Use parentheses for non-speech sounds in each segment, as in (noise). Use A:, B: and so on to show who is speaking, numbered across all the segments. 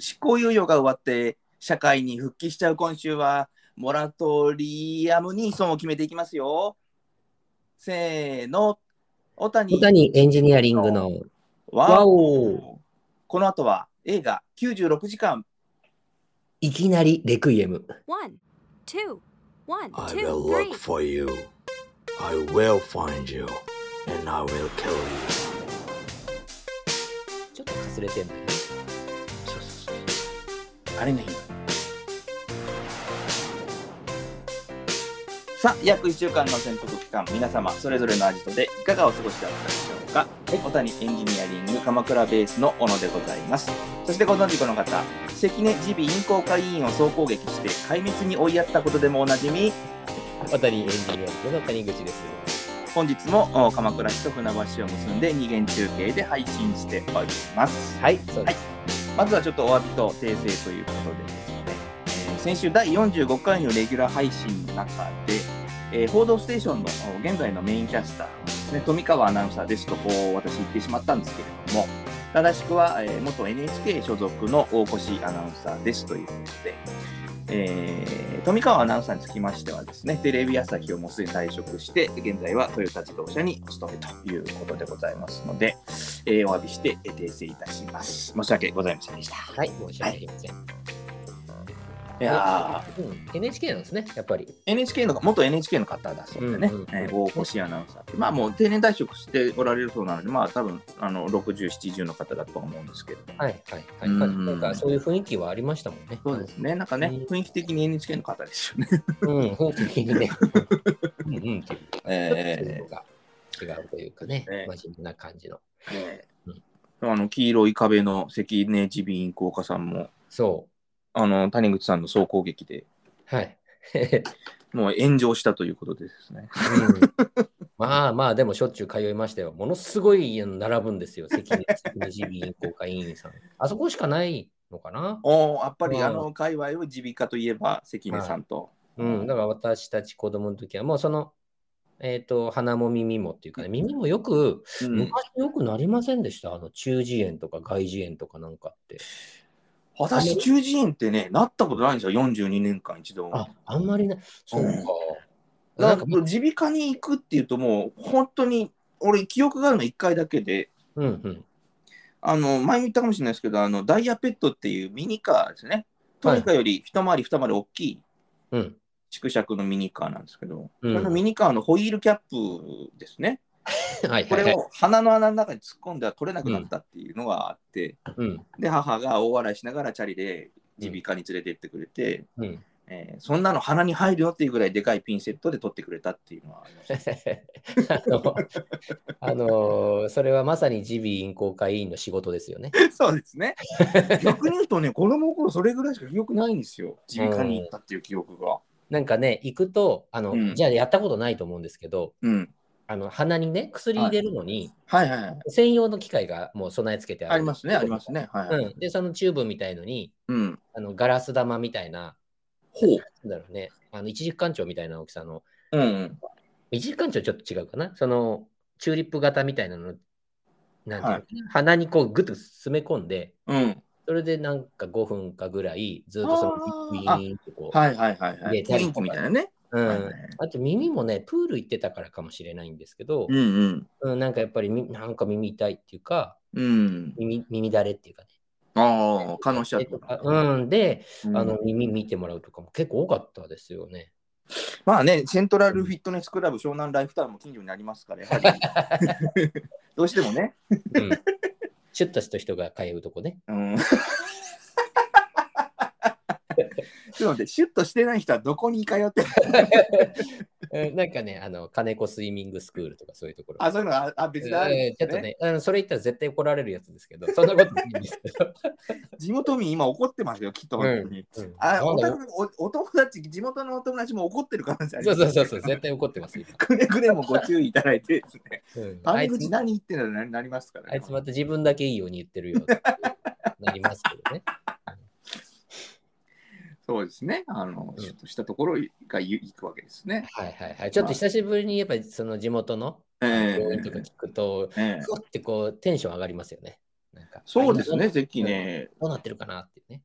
A: 執行猶予が終わって社会に復帰しちゃう今週はモラトリアムに損を決めていきますよ。せーの、小谷
B: 小谷エンジニアリングの。
A: わ
B: わ
A: おこの後は映画96時間
B: いきなりレクイエム。
C: One, two, one,
D: I
C: two,
D: will
C: three.
D: look for you. I will find you. And I will kill you.
B: ちょっとかすれてんだよね。
D: そうそう
A: あれの日。さあ、約1週間の潜伏期間、皆様それぞれのアジトでいかがお過ごしだったでしょうか。小谷エンジニアリング鎌倉ベースの小野でございます。そしてご存知この方、関根耳鼻咽喉科医院を総攻撃して壊滅に追いやったことでもおなじみ、
B: 小谷エンジニアリングの谷口です。
A: 本日もお鎌倉市と船橋を結んで二元中継で配信しております。
B: はい、そうです。
A: まずはちょっとお詫びと訂正ということでですね、えー先週第45回のレギュラー配信の中で、えー報道ステーションのお現在のメインキャスターですね、富川アナウンサーですとこう私言ってしまったんですけれども、正しくは、えー元 NHK 所属の大越アナウンサーですということで、えー富川アナウンサーにつきましてはですね、テレビ朝日をもうすでに退職して、現在はトヨタ自動車にお勤めということでございますので、えーお詫びしてえー訂正いたします。申し訳ございませんでした。
B: はい、申し訳ありません。
A: いや
B: うん、NHK なんですね、やっぱり。
A: ー NHK の元 NHK の方だそうでね、
B: うんうんうん
A: えー大越アナウンサー、まあもう定年退職しておられるそうなので、まあ多分あの60、70の方だと思うんですけれども、
B: はい、はい、はい。
A: うん
B: なんかそういう雰囲気はありましたもんね。
A: そうですね、なんかね、
B: うん
A: 雰囲気的に NHK の方ですよね。
B: うん、雰囲気的 (laughs) にね。うん、うん、 (laughs) っていう。
A: え
B: ちょっと違うというかね、
A: ええ
B: 真面目な感じの。
A: ー (laughs) えーあの黄色い壁の関根耳鼻咽喉科さんも、
B: そ
A: あの谷口さんの総攻撃で
B: う。はい。
A: もう炎上したということでですね。
B: うんまあまあ、でもしょっちゅう通いましたよ。ものすごいあの並ぶんですよ、関根関根耳鼻咽喉科医院さん。あそこしかないのかな。
A: おーやっぱり
B: うん
A: あの界隈を耳鼻科といえば関根さんと。
B: うん、だから私たち子供の時は、もうその、えっ、と、鼻も耳もっていうかね、耳もよく、
A: うん
B: 昔よくなりませんでした。あの、中耳炎とか外耳炎とかなんかって。
A: 私、中耳炎ってね、なったことないんですよ、42年間一度も。
B: あ、あんまりな、そうか。
A: な
B: なん
A: ん
B: か
A: か、、耳鼻科に行くっていうと、もう、本当に、俺、記憶があるの1回だけで、
B: うんうん。
A: あの、前も言ったかもしれないですけど、あの、ダイヤペットっていうミニカーですね。トニカより一回り二回り大きい
B: うん。
A: 縮尺のミニカーなんですけど、
B: うん
A: このミニカーのホイールキャップですね。
B: はい
A: こ
B: はいは
A: れ
B: い。
A: を鼻の穴の中に突っ込んでは取れなくなったっていうのがあって、
B: うん。
A: で、母が大笑いしながらチャリで耳鼻科に連れてってくれて、
B: うん。
A: えーそんなの鼻に入るよっていうぐらいでかいピンセットで取ってくれたっていうのはありました。
B: (laughs) あの、あのーそれはまさに耳鼻咽喉科医院の仕事ですよね。
A: (laughs) そうです (laughs) ね。逆に言うとね、子供の頃それぐらいしか記憶ないんですよ。耳鼻科に行ったっていう記憶が。
B: なんかね、行くと、あの、
A: うん
B: じゃあやったことないと思うんですけど、
A: うん。
B: あの、鼻にね、薬入れるのに、
A: はいはいはい。
B: 専用の機械がもう備え付けてある。
A: ありますね、ありますね。はい、はい。
B: うん。で、そのチューブみたいのに、
A: うん。
B: あのガラス玉みたいな、
A: ほう。
B: なんだろうね、あの一軸貫長みたいな大きさの、
A: うんうん。
B: 一軸貫長ちょっと違うかな、そのチューリップ型みたいなの、なんていうのかな
A: は
B: 鼻にこうグッと詰め込んで、
A: うん。
B: それでなんか5分かぐらい、ずっとその
A: あー
B: ビーンってこう、
A: はいはいはいはい。
B: でチャリ
A: 電気みたいなね。
B: うん
A: はいはい
B: あと耳もね、プール行ってたからかもしれないんですけど、
A: うんうん。
B: うんなんかやっぱりみ、なんか耳痛いっていうか、
A: うん。
B: 耳耳だれっていうかね。
A: ああ、可能しちゃっ
B: あ
A: た。
B: うん、で、
A: うん
B: あの耳見てもらうとかも結構多かったですよね。
A: まあね、セントラルフィットネスクラブ湘南ライフタウンも近所にありますから、やは (laughs) り。どうしてもね。
B: うん、シュッとした人が通うとこね。
A: うん。 (laughs) ちょっと待って、シュッとしてない人はどこに通ってる (laughs)
B: うんなんかね、あの、金子スイミングスクールとかそういうところ。
A: あ、そういうのがあ別にあるん
B: えーち
A: で
B: ょっ
A: す
B: と
A: ね。
B: ね、あのそれ言ったら絶対怒られるやつですけど、そんなことないん
A: (laughs)
B: ですけど。
A: 地元民今怒ってますよ、きっと本当に。
B: うん
A: あ
B: なん
A: お
B: だ
A: 宅のおお友達、地元のお友達も怒ってる可能性あり
B: そ
A: ま
B: う
A: す。
B: そうそうそう、絶対怒ってます。今
A: くれぐれもご注意いただいてですね。
B: うん (laughs) あ
A: 谷
B: い
A: 口
B: つ
A: 何言ってんだろうななりますから、
B: あ
A: ね
B: い。つまた自分だけいいように言ってる
A: (laughs)
B: よってなりますけどね。
A: そうですね。あの、
B: うん
A: シュッとしたところがゆ行くわけですね。
B: はいはいはい。ちょっと久しぶりにやっぱりその地元の
A: ええ
B: 病院とか聞くと、
A: ええ
B: ふわってこうテンション上がりますよね。なんか
A: そうですね、。ぜひね、
B: どうなってるかなっていうね。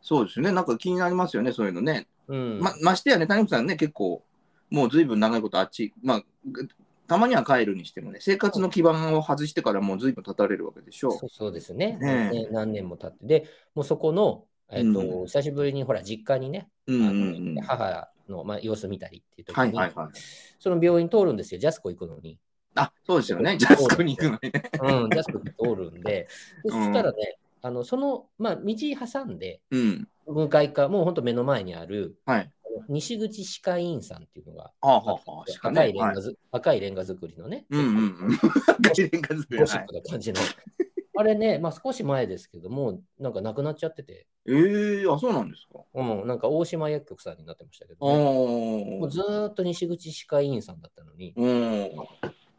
A: そうですね、なんか気になりますよね、そういうのね。
B: うん。
A: まましてやね、谷口さんね、結構、もうずいぶん長いことあっち、まあ、ぐたまには帰るにしてもね、生活の基盤を外してからもうずいぶん経たれるわけでしょ
B: そうそうですね。
A: ねえ
B: ね何年も経って。で、もうそこの、えっと
A: う
B: 久しぶりにほら、実家にね、
A: う。うんうんうん。
B: あの母の、まあ、様子見たりっていう時に、
A: はいはいはい。
B: その病院通るんですよ、ジャスコ行くのに。
A: あ、そうですよね、ジャスコに行くのにね。
B: うん、ジャスコ通るん
A: (laughs)
B: で、で
A: う
B: そ
A: ん
B: したらね、あのその、まあ、道挟んで、
A: うん。
B: 向かいか、もう本当目の前にある、
A: はい。
B: 西口歯科医院さんっていうのが、
A: はあ、はあはあ、しか
B: 赤い
A: ね。
B: レン
A: は
B: ガ
A: い
B: づ、赤いレンガ作りのね、
A: うんうんうん。赤いレンガ作り
B: ゴ
A: は
B: シッ
A: い。
B: クな感じの。あれね、まあ、少し前ですけども、なんかなくなっちゃってて、
A: ええあ、そうなんですか。
B: うん、なんか大島薬局さんになってましたけど
A: あ
B: ね、も
A: ー
B: うずーっと西口歯科医院さんだったのに、
A: うん。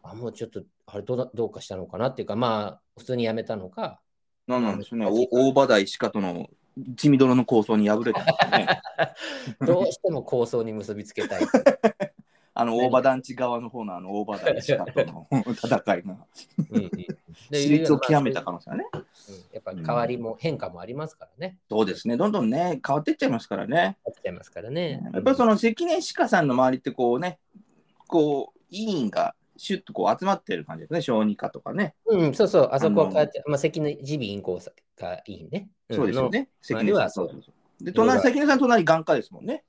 B: あもうちょっと、あれどうだどうかしたのかなっていうか、まあ、普通に辞めたのか、
A: なんなんでしょうね。お大場大鹿との血みどろの構想に敗れたんですかね。
B: (laughs) どうしても構想に結びつけた
A: (laughs)
B: い。
A: あの大場団地側の方のあの大場団地かと
B: (laughs)
A: の戦いが、
B: うんうん
A: 熾烈を極めた可能性はね。
B: うんやっぱ変わりも変化もありますからね。
A: そうですね、どんどんね、変わっていっちゃいますからね。
B: あっちゃいますからね。
A: やっぱりその関根歯科さんの周りってこうね、こう、委員がシュッとこう集まってる感じですね、小児科とかね。
B: うん、そうそう、あそこは変わって、まあ、関根耳鼻咽喉がいいね。ん
A: そうですよ。ね、
B: の
A: 関根さん。
B: 周りはそう
A: で、隣、関根さん隣眼科ですもんね。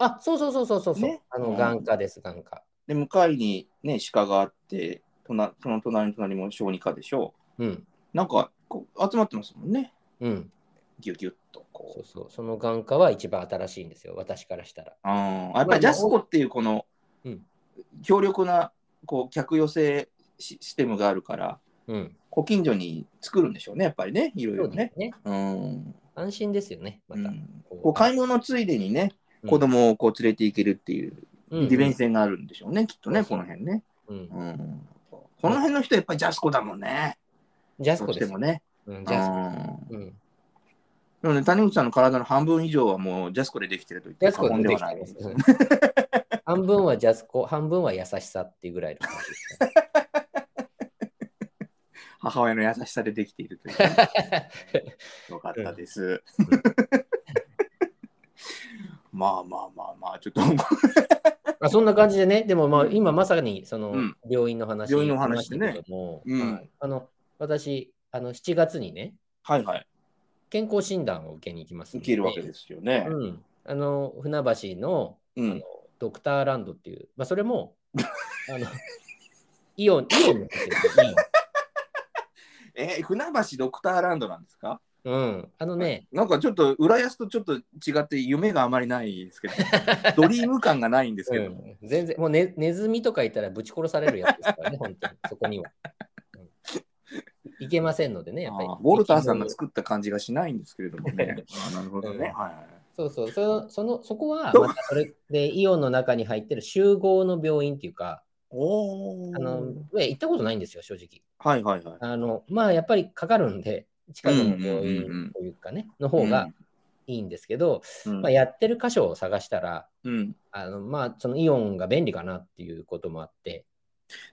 B: のあ、そうそうそうそうそうそう、
A: ね
B: あ
A: う
B: の、
A: ん
B: 眼科です、眼科。
A: で、向かいにね、歯科があって、隣その隣の隣も小児科でしょ
B: うん、
A: う。なんか、こう集まってますもんね、
B: うん。
A: ぎゅぎゅっとこう
B: そ。うそう、その眼科は一番新しいんですよ、私からしたら。
A: あーやっぱりジャスコっていうこの
B: うん
A: 強力なこう客寄せシシステムがあるから、
B: うん。
A: ご近所に作るんでしょうね、やっぱりね、いろい
B: そう
A: ろ
B: です
A: ね。
B: ね。
A: うん
B: 安心ですよね、ま
A: う
B: た。
A: んこう買い物ついでにね、子
B: 供、
A: 供をこう連れて行けるっていう
B: うん
A: 利便性があるんでしょうね、きっとね、こ
B: そうそう
A: の辺ね。
B: うん
A: うんこの辺の人、やっぱりジャスコだもんね、
B: ジャス
A: ど
B: コ
A: うし
B: で
A: て
B: す
A: も。ね。
B: うん、
A: う
B: ジャスコ。
A: ん
B: うん、
A: なので、谷口さんの体の半分以上はもうジャスコでできてると言って
B: ジャ
A: も
B: スコ
A: 過言
B: で
A: では
B: でき
A: ない
B: てま
A: です
B: す。。うん半分はジャスコ、半分は優しさっていうぐらいの感じですね。
A: 母親の優しさでできているという。
B: (laughs)
A: よかったです。 (laughs) まあまあまあまあ、ちょっと
B: まあ、そんな感じでね、でもまあ
A: うん
B: 今まさにその
A: うん
B: 病院の話、
A: 病院の話でね
B: けども、
A: うん
B: はいあの私あの、7月にね、
A: はいはい、
B: 健康診断を受けに行きます。
A: 受けるわけですすよね。
B: うん、あの船橋の
A: うん
B: あのドクターランドっていう、まあ、それ
A: (laughs)
B: もあのイオン、イオンの店ですイ
A: えー船橋ドクターランドなんですか
B: オンうん、あのね、
A: なんかちょっと浦安とちょっと違って夢があまりないですけ
B: (laughs)
A: ど、ドリーム感がないんです
B: う
A: けど、
B: ん、全然もうネネズミとかいたらぶち殺されるやつですからね、本当に、そこには。
A: (laughs)
B: うんいけませんのでね、やっぱり。
A: あーウォルターさんが作った感じがしないんですけれどもね。あーなるほどね。
B: うん
A: はいはい
B: そうそう、そのそのそこは、
A: どう
B: またそれでイオンの中に入ってる集合の病院っていうか、
A: おー
B: あのえ行ったことないんですよ、正直。
A: はいはいはい。
B: あのまあ、やっぱりかかるんで、近くの
A: う
B: 病
A: んうんうんう
B: 院
A: ん
B: というかね、の方がいいんですけど、
A: うん、うん
B: まあ、やってる箇所を探したら、
A: うん
B: あのまあ、そのイオンが便利かなっていうこともあって、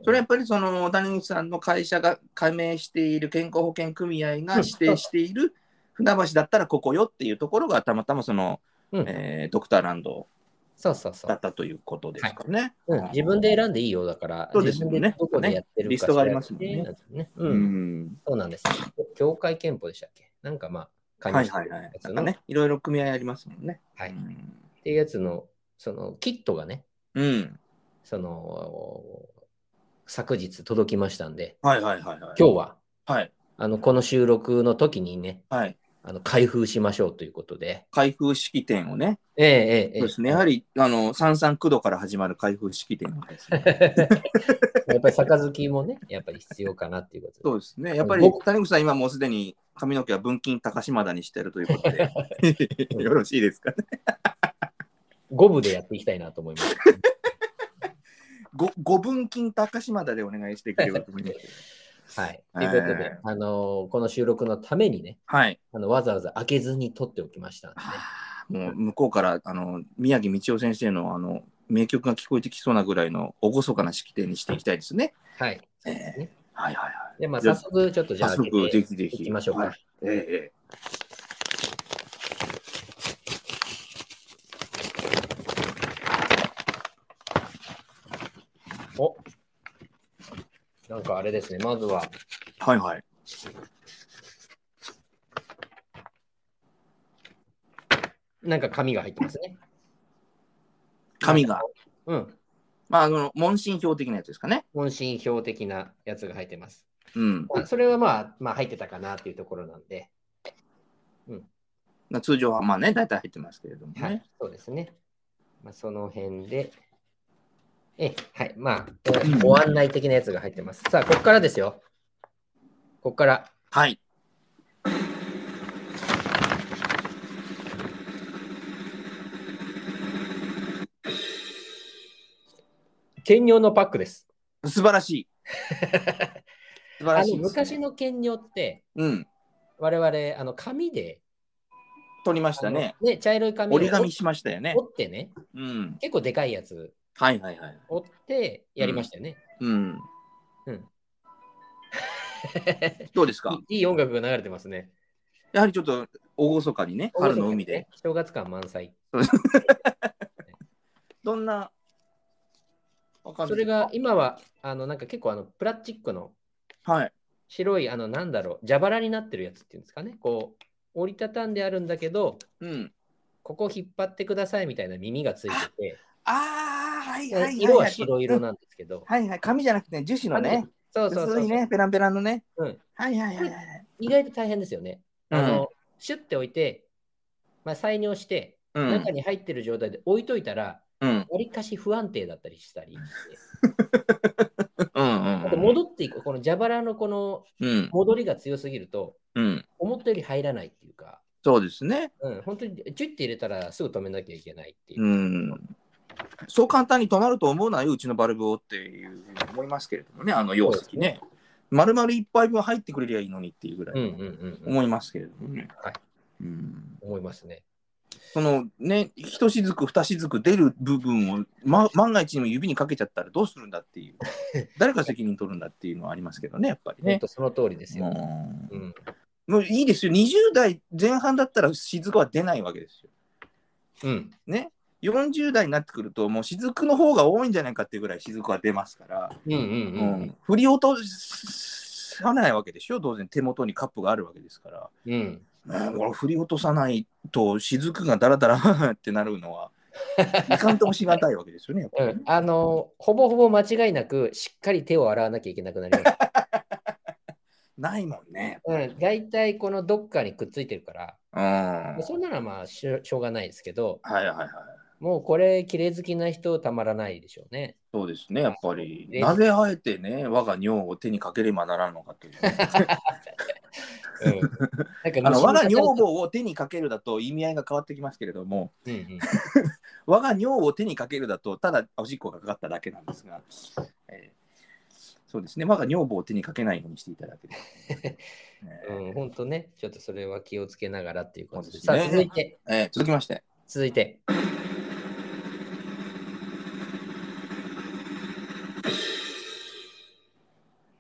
A: それやっぱりその谷口さんの会社が加盟している健康保険組合が指定している船橋だったらここよっていうところがたまたまその、
B: うん
A: えードクターランド
B: そうそうそ
A: だっ
B: う、
A: たということですかね。
B: うん、自分で選んでいいよだから、
A: そうですよね
B: 自分でどこでやってるか
A: リストがありますもんね
B: 調べてねう、
A: うんん、
B: そうなんです。協会憲法でしたっけなんかまあ、加
A: は
B: 入
A: い
B: して
A: はい
B: る
A: はい
B: や。つ
A: なんか
B: の
A: ね、いろいろ組合ありますもんね。。
B: はいう
A: ん
B: っていうやつの、そのキットがね、
A: うん。
B: その、昨日届きましたんで、
A: はいはいはいはい。
B: 今日は、
A: はい。
B: あの、この収録の時にね、
A: はい。
B: あの開封しましょうということで、
A: 開封式典をね、
B: ええええええ
A: そうですね、やはり、あの、三三九度から始まる開封式典なんです
B: (laughs)
A: ね
B: やっぱり杯もね、やっぱり必要かなっていうことで。
A: そうですね。やっぱり、
B: 僕
A: 谷口さん、今もうすでに髪の毛は文金高島田にしてるということ
B: (laughs)
A: で、 (laughs) よろしいですかね。
B: 五分でやっていきたいなと思います。
A: ごご分金高島田でお願いしてくれると思います。
B: はい。ということ
A: え
B: で、あのこの収録のためにね、
A: (laughs) はい。
B: あのわざわざ開けずに撮っておきましたんでね、
A: もう向こうからあの宮城道夫先生のあの名曲が聞こえてきそうなぐらいの厳かな式典にしていきたいですね。
B: はい。そうですね
A: はいはいはい。
B: で、まあ、早速、ちょっとじゃあ、
A: 早速、
B: 開
A: ぜ
B: けて
A: ひぜひ。
B: いきましょうか。
A: はいえええ
B: おなんかあれですね、まずは、
A: えはいはい。
B: なんか紙が入ってますね。
A: 紙が。
B: うん。
A: まあ、あの、問診票的なやつですかね。
B: 問診票的なやつが入ってます。
A: うん。
B: まあそれはまあ、まあ、入ってたかなっていうところなんで、
A: 通常は、まあね、大体入ってますけれどもね。
B: はい、そうですね。まあ、その辺で、え、はい、まあ、
A: うん
B: ご案内的なやつが入ってます。さあ、ここからですよ。ここから、
A: はい。
B: 兼用のパックです。
A: 素晴ら
B: (laughs)
A: しい。素晴
B: あ
A: らしい
B: の
A: ですね、
B: 昔の兼用って、
A: うん。
B: 我々、あの紙で、
A: 取りましたね。
B: あのね茶色い紙を
A: 折り紙しましたよね
B: 折。ってね、
A: うん。
B: 結構でかいやつ
A: はいはいはい。
B: 折ってやりましたよね。
A: うん。
B: うん。
A: どうですか
B: いいい音楽が流れてますね。
A: やはりちょっと大そかにね、春の海で。。
B: 正月感満載。
A: どんな、わかんな
B: そ
A: い
B: れが、今は、あの、なんか結構あの、プラスチックの
A: はい。
B: 白い、あの、なんだろう、蛇腹になってるやつっていうんですかね。こう、折りたたんであるんだけど、
A: うん。
B: ここ引っ張ってくださいみたいな耳がついてて、
A: ああ、はいはいはい、はい。
B: 色は白色
A: うん
B: なんですけど、
A: はいはい。紙じゃなくて、ね、樹脂のね。
B: そうそう
A: 薄
B: そう
A: いね、ペランペランのね。
B: うん
A: はいはいはいはい。
B: 意外と大変ですよね。あの、シュッて置いて、まあ、採尿して、
A: うん。
B: 中に入ってる状態で置いといたら、
A: うん。
B: わりかし不安定だったりしたりして、
A: うんうん
B: あと戻っていく、この蛇腹のこの
A: うん。
B: 戻りが強すぎると、
A: うん。
B: 思ったより入らないっていうか、
A: そうですね。
B: うん、本当にチュッて入れたらすぐ止めなきゃいけないっていう。
A: うん。そう簡単に止まると思うなよ、うちのバルブをっていうふうに思いますけれどもね、あの容
B: そうで
A: 石
B: す
A: ね。丸々一杯分入ってくれりゃいいのにっていうぐら
B: うん
A: い
B: うんうんうん、
A: 思いますけれどもね。
B: はい
A: うん
B: 思いますね。
A: そのね、一しずく二しずく出る部分を、ま、万が一にも指にかけちゃったらどうするんだ
B: (laughs)
A: っていう、誰が責任取るんだっていうのはありますけどね、やっぱり
B: 本
A: ね
B: 当。その通りですよ。
A: うん
B: うん、
A: もういいですよ、20代前半だったら雫は出ないわけですよ。
B: うん、
A: ね、40代になってくると、もう雫の方が多いんじゃないかっていうぐらい雫は出ますから、
B: うん、うん、う
A: うんん振り落とさないわけでしょ、当然、手元にカップがあるわけですから。
B: うん、うん。
A: うん俺振り落とさないと雫がダラダラってなるの
B: (laughs)
A: は、いかんともしがたいわけですよね。やっぱ
B: う
A: り
B: ん
A: ね
B: あのほぼほぼ間違いなく、しっかり手を洗わなきゃいけなくなり
A: (laughs)
B: ます。
A: ないもんね。
B: うん、大体このどっかにくっついてるから、
A: うん。はい
B: そんならまあしょしょうがないですけど、
A: はいはい。
B: もうこれ、綺麗好きな人たまらないでしょうね。
A: そうですね、やっぱり。
B: ね
A: なぜあえてね、我が尿を手にかければならんのかという。
B: (laughs)
A: (laughs)
B: うん、なんか
A: あの我が
B: 虫に刺され
A: 女
B: た
A: 房を手にかけるだと意味合いが変わってきますけれども、
B: うんうん
A: 我が尿を手にかけるだと、ただおしっこがかかっただけなんですが、えーそうですね、我が女房を手にかけないようにしていただければ。
B: (laughs)
A: え
B: うん、本当ね、ちょっとそれは気をつけながらっていうことです。
A: そう
B: さ
A: ですね
B: あ、続いて、
A: ーえー続きまして、
B: 続いて。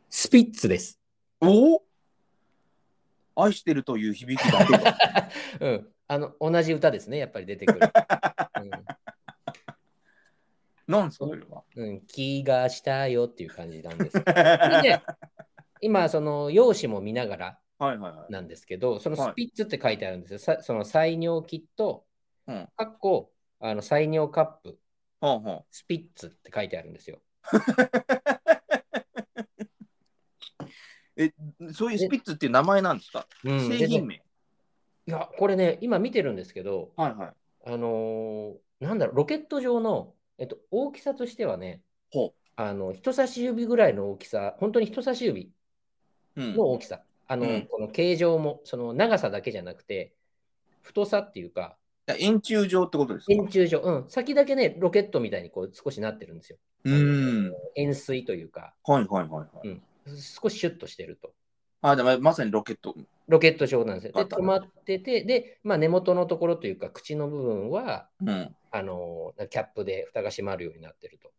B: スピッツです。
A: おお愛してるという響きだけ
B: (laughs)
A: が
B: うん、あの同じ歌ですね、やっぱり出
A: (laughs)
B: てくる。
A: なんそれは。
B: うんうん、気がしたよっていう感じな
A: (laughs)
B: んです。それで今、その用紙も見ながら
A: はいはいはい。
B: なんですけど、その
A: はい
B: スピッツって書いてあるんですよ。さその採尿キット、
A: うん
B: かっこあの採尿カップ、
A: ほうほ
B: スピッツって書いてあるんですよ。
A: うそういうスピッツっていう名前なんですか、
B: うん、
A: 製
B: で
A: 品
B: ね
A: 名。
B: いや、これね、今見てるんですけど、
A: はいはい。
B: あのーなんだろう、ロケット上の、えっと、大きさとしてはね、
A: ほ
B: あの人差し指ぐらいの大きさ、本当に人差し指
A: う。うん
B: の大きさ、あの
A: うん
B: この形状も、その長さだけじゃなくて、太さっていうか、
A: 円柱状ってことですか
B: 円柱状、うん、先だけね、ロケットみたいにこう少しなってるんですよ。
A: うん。
B: 円錐というか、
A: はいはいはいはい。
B: 少しシュッとしてると。
A: あ、でもまさにロケット。
B: ロケット状なんですよ。
A: わ
B: で、
A: かる
B: 止まってて、で、まあ、根元のところというか、口の部分は、
A: うん。
B: あのーキャップで蓋が閉まるようになってると。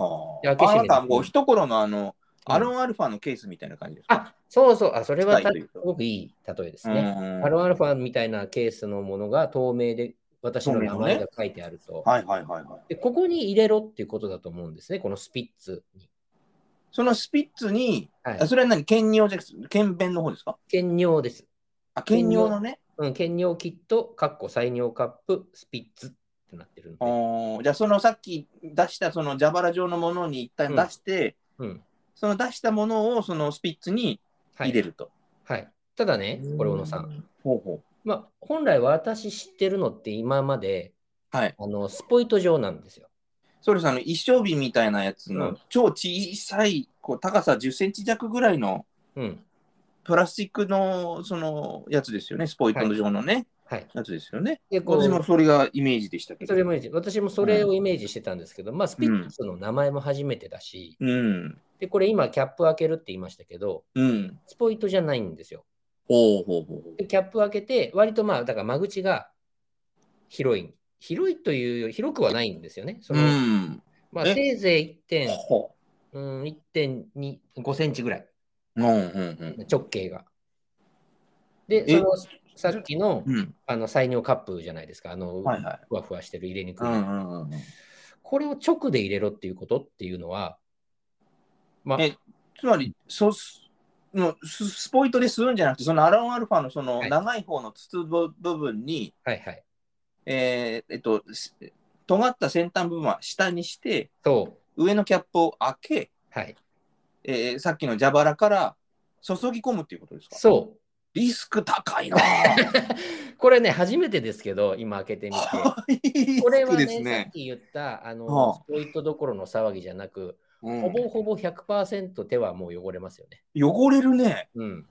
A: は
B: で開け
A: あ。
B: 閉
A: あ
B: め
A: なた、もう一頃のあの、アロンアルファのケースみたいな感じですか
B: あ、そうそう。あ、それは
A: 近い
B: た
A: という
B: す
A: か
B: ごくいい例えです
A: うん
B: ね。
A: うん
B: アロンアルファみたいなケースのものが透明で、私の名前が書いてあると。
A: はいはいはいはい。
B: でここに入れろっていうことだと思うんですね、このスピッツに。
A: そのスピッツに、
B: はい
A: あ、それは何兼尿です。兼便の方ですか
B: 兼尿です。
A: あ、兼尿のね。
B: うん、兼尿キット、かっこ採尿カップ、スピッツってなってるんで。
A: おーじゃあそのさっき出したその蛇腹状のものに一旦出して、
B: うん
A: その出したものをそのスピッツに
B: はい、
A: 入れると。
B: はい。ただね、これ、小野さん。
A: ほうほ
B: まあ、本来私知ってるのって今まで、
A: う。はい。
B: あの、スポイト状なんですよ。
A: そうです。あの、一生日みたいなやつ
B: う
A: の
B: ん
A: 超小さい、こう、高さ10センチ弱ぐらいの
B: うん。
A: プラスチックの、その、やつですよね。スポイトの状のね、
B: はい。
A: やつですよね。
B: で、こ
A: 私も
B: う、
A: それがイメージでしたけど。
B: それもイメージ私もそれをイメージしてたんですけど、まあ、スピッツの名前も初めてだし、
A: うん。
B: で、これ今、キャップ開けるって言いましたけど、
A: うん。
B: スポイトじゃないんですよ。
A: ほうほうほうほう。
B: でキャップ開けて、割とまあ、だから間口が広い。広いというより、広くはないんですよね。そうの
A: ん。
B: まあ、
A: え
B: せいぜい1点、
A: ほ
B: うん、1.2、5センチぐらい、
A: う。うんうん
B: 直径が。で、
A: え
B: そのさっきの
A: うん。うん。
B: あの採尿カップじゃないですか、あの、
A: はいはい。
B: ふわふわしてる入れにく
A: う
B: い、
A: んうんうんうん。
B: これを直で入れろっていうことっていうのは、まあ、
A: えつまり、そすもうススポイトで吸うんじゃなくて、そのアロンアルファのその
B: はい
A: 長い方の筒部部分に、
B: はいはい。
A: えーえっと、す尖った先端部分は下にして、
B: そう、
A: 上のキャップを開け、
B: はい。
A: えーさっきの蛇腹から注ぎ込むっていうことですか
B: そう。
A: リスク高いな (laughs) ぁ
B: これね、初めてですけど、今開け
A: (laughs)
B: てみて。
A: リ
B: こ
A: ス
B: れは
A: クで
B: ね
A: す
B: さっ
A: ね。
B: き言ったあの、
A: はあ
B: スポイトどころの騒ぎじゃなく、
A: うん
B: ほぼほぼ100%手はもう汚れますよね。
A: 汚れるね。
B: うん、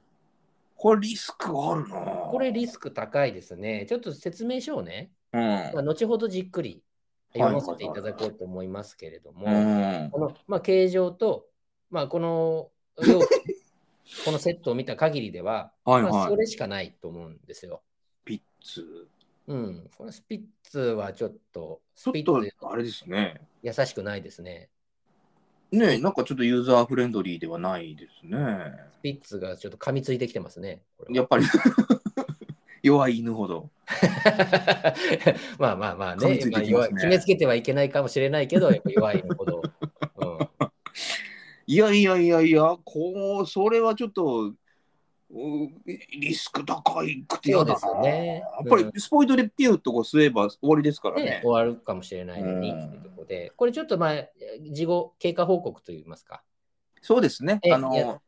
A: これリスクあるなぁ
B: これリスク高いですね。ちょっと説明書をね、
A: うん
B: まあ、後ほどじっくり読ませていただこうと思いますけれども、
A: うん
B: この、まあ、形状と、まあ、この要
A: (laughs)
B: このセットを見た限りでは、
A: はい
B: まあ、
A: は
B: そ
A: い。
B: れしかないと思うんですよ。
A: ピッツ。
B: うん、このスピッツはちょっと、
A: ち
B: ス
A: ょ
B: ピ
A: っ
B: ッツ
A: とあれですね。
B: 優しくないですね。
A: ねえ、なんかちょっとユーザーフレンドリーではないですね。
B: スピッツがちょっと噛みついてきてますね。これは
A: やっぱり (laughs) 弱い犬ほど。
B: (laughs) まあまあまあ
A: 噛
B: ね
A: みつい
B: まあ
A: てきま
B: 弱
A: すね
B: い決めつけてはいけないかもしれないけど、やっぱ弱いのほど。うん
A: いやいやいやいや、こう、それはちょっと、うリスク高いくて嫌だな。
B: そうですよね
A: やっぱ
B: う
A: りスポイトでピューッとこう吸えば終わりですから
B: ね
A: ね。
B: 終わるかもしれないのに
A: うん
B: っていうところで、これちょっとまあ、事後経過報告といいますか。
A: そうですね。
B: ええ
A: あ
B: いや
A: の、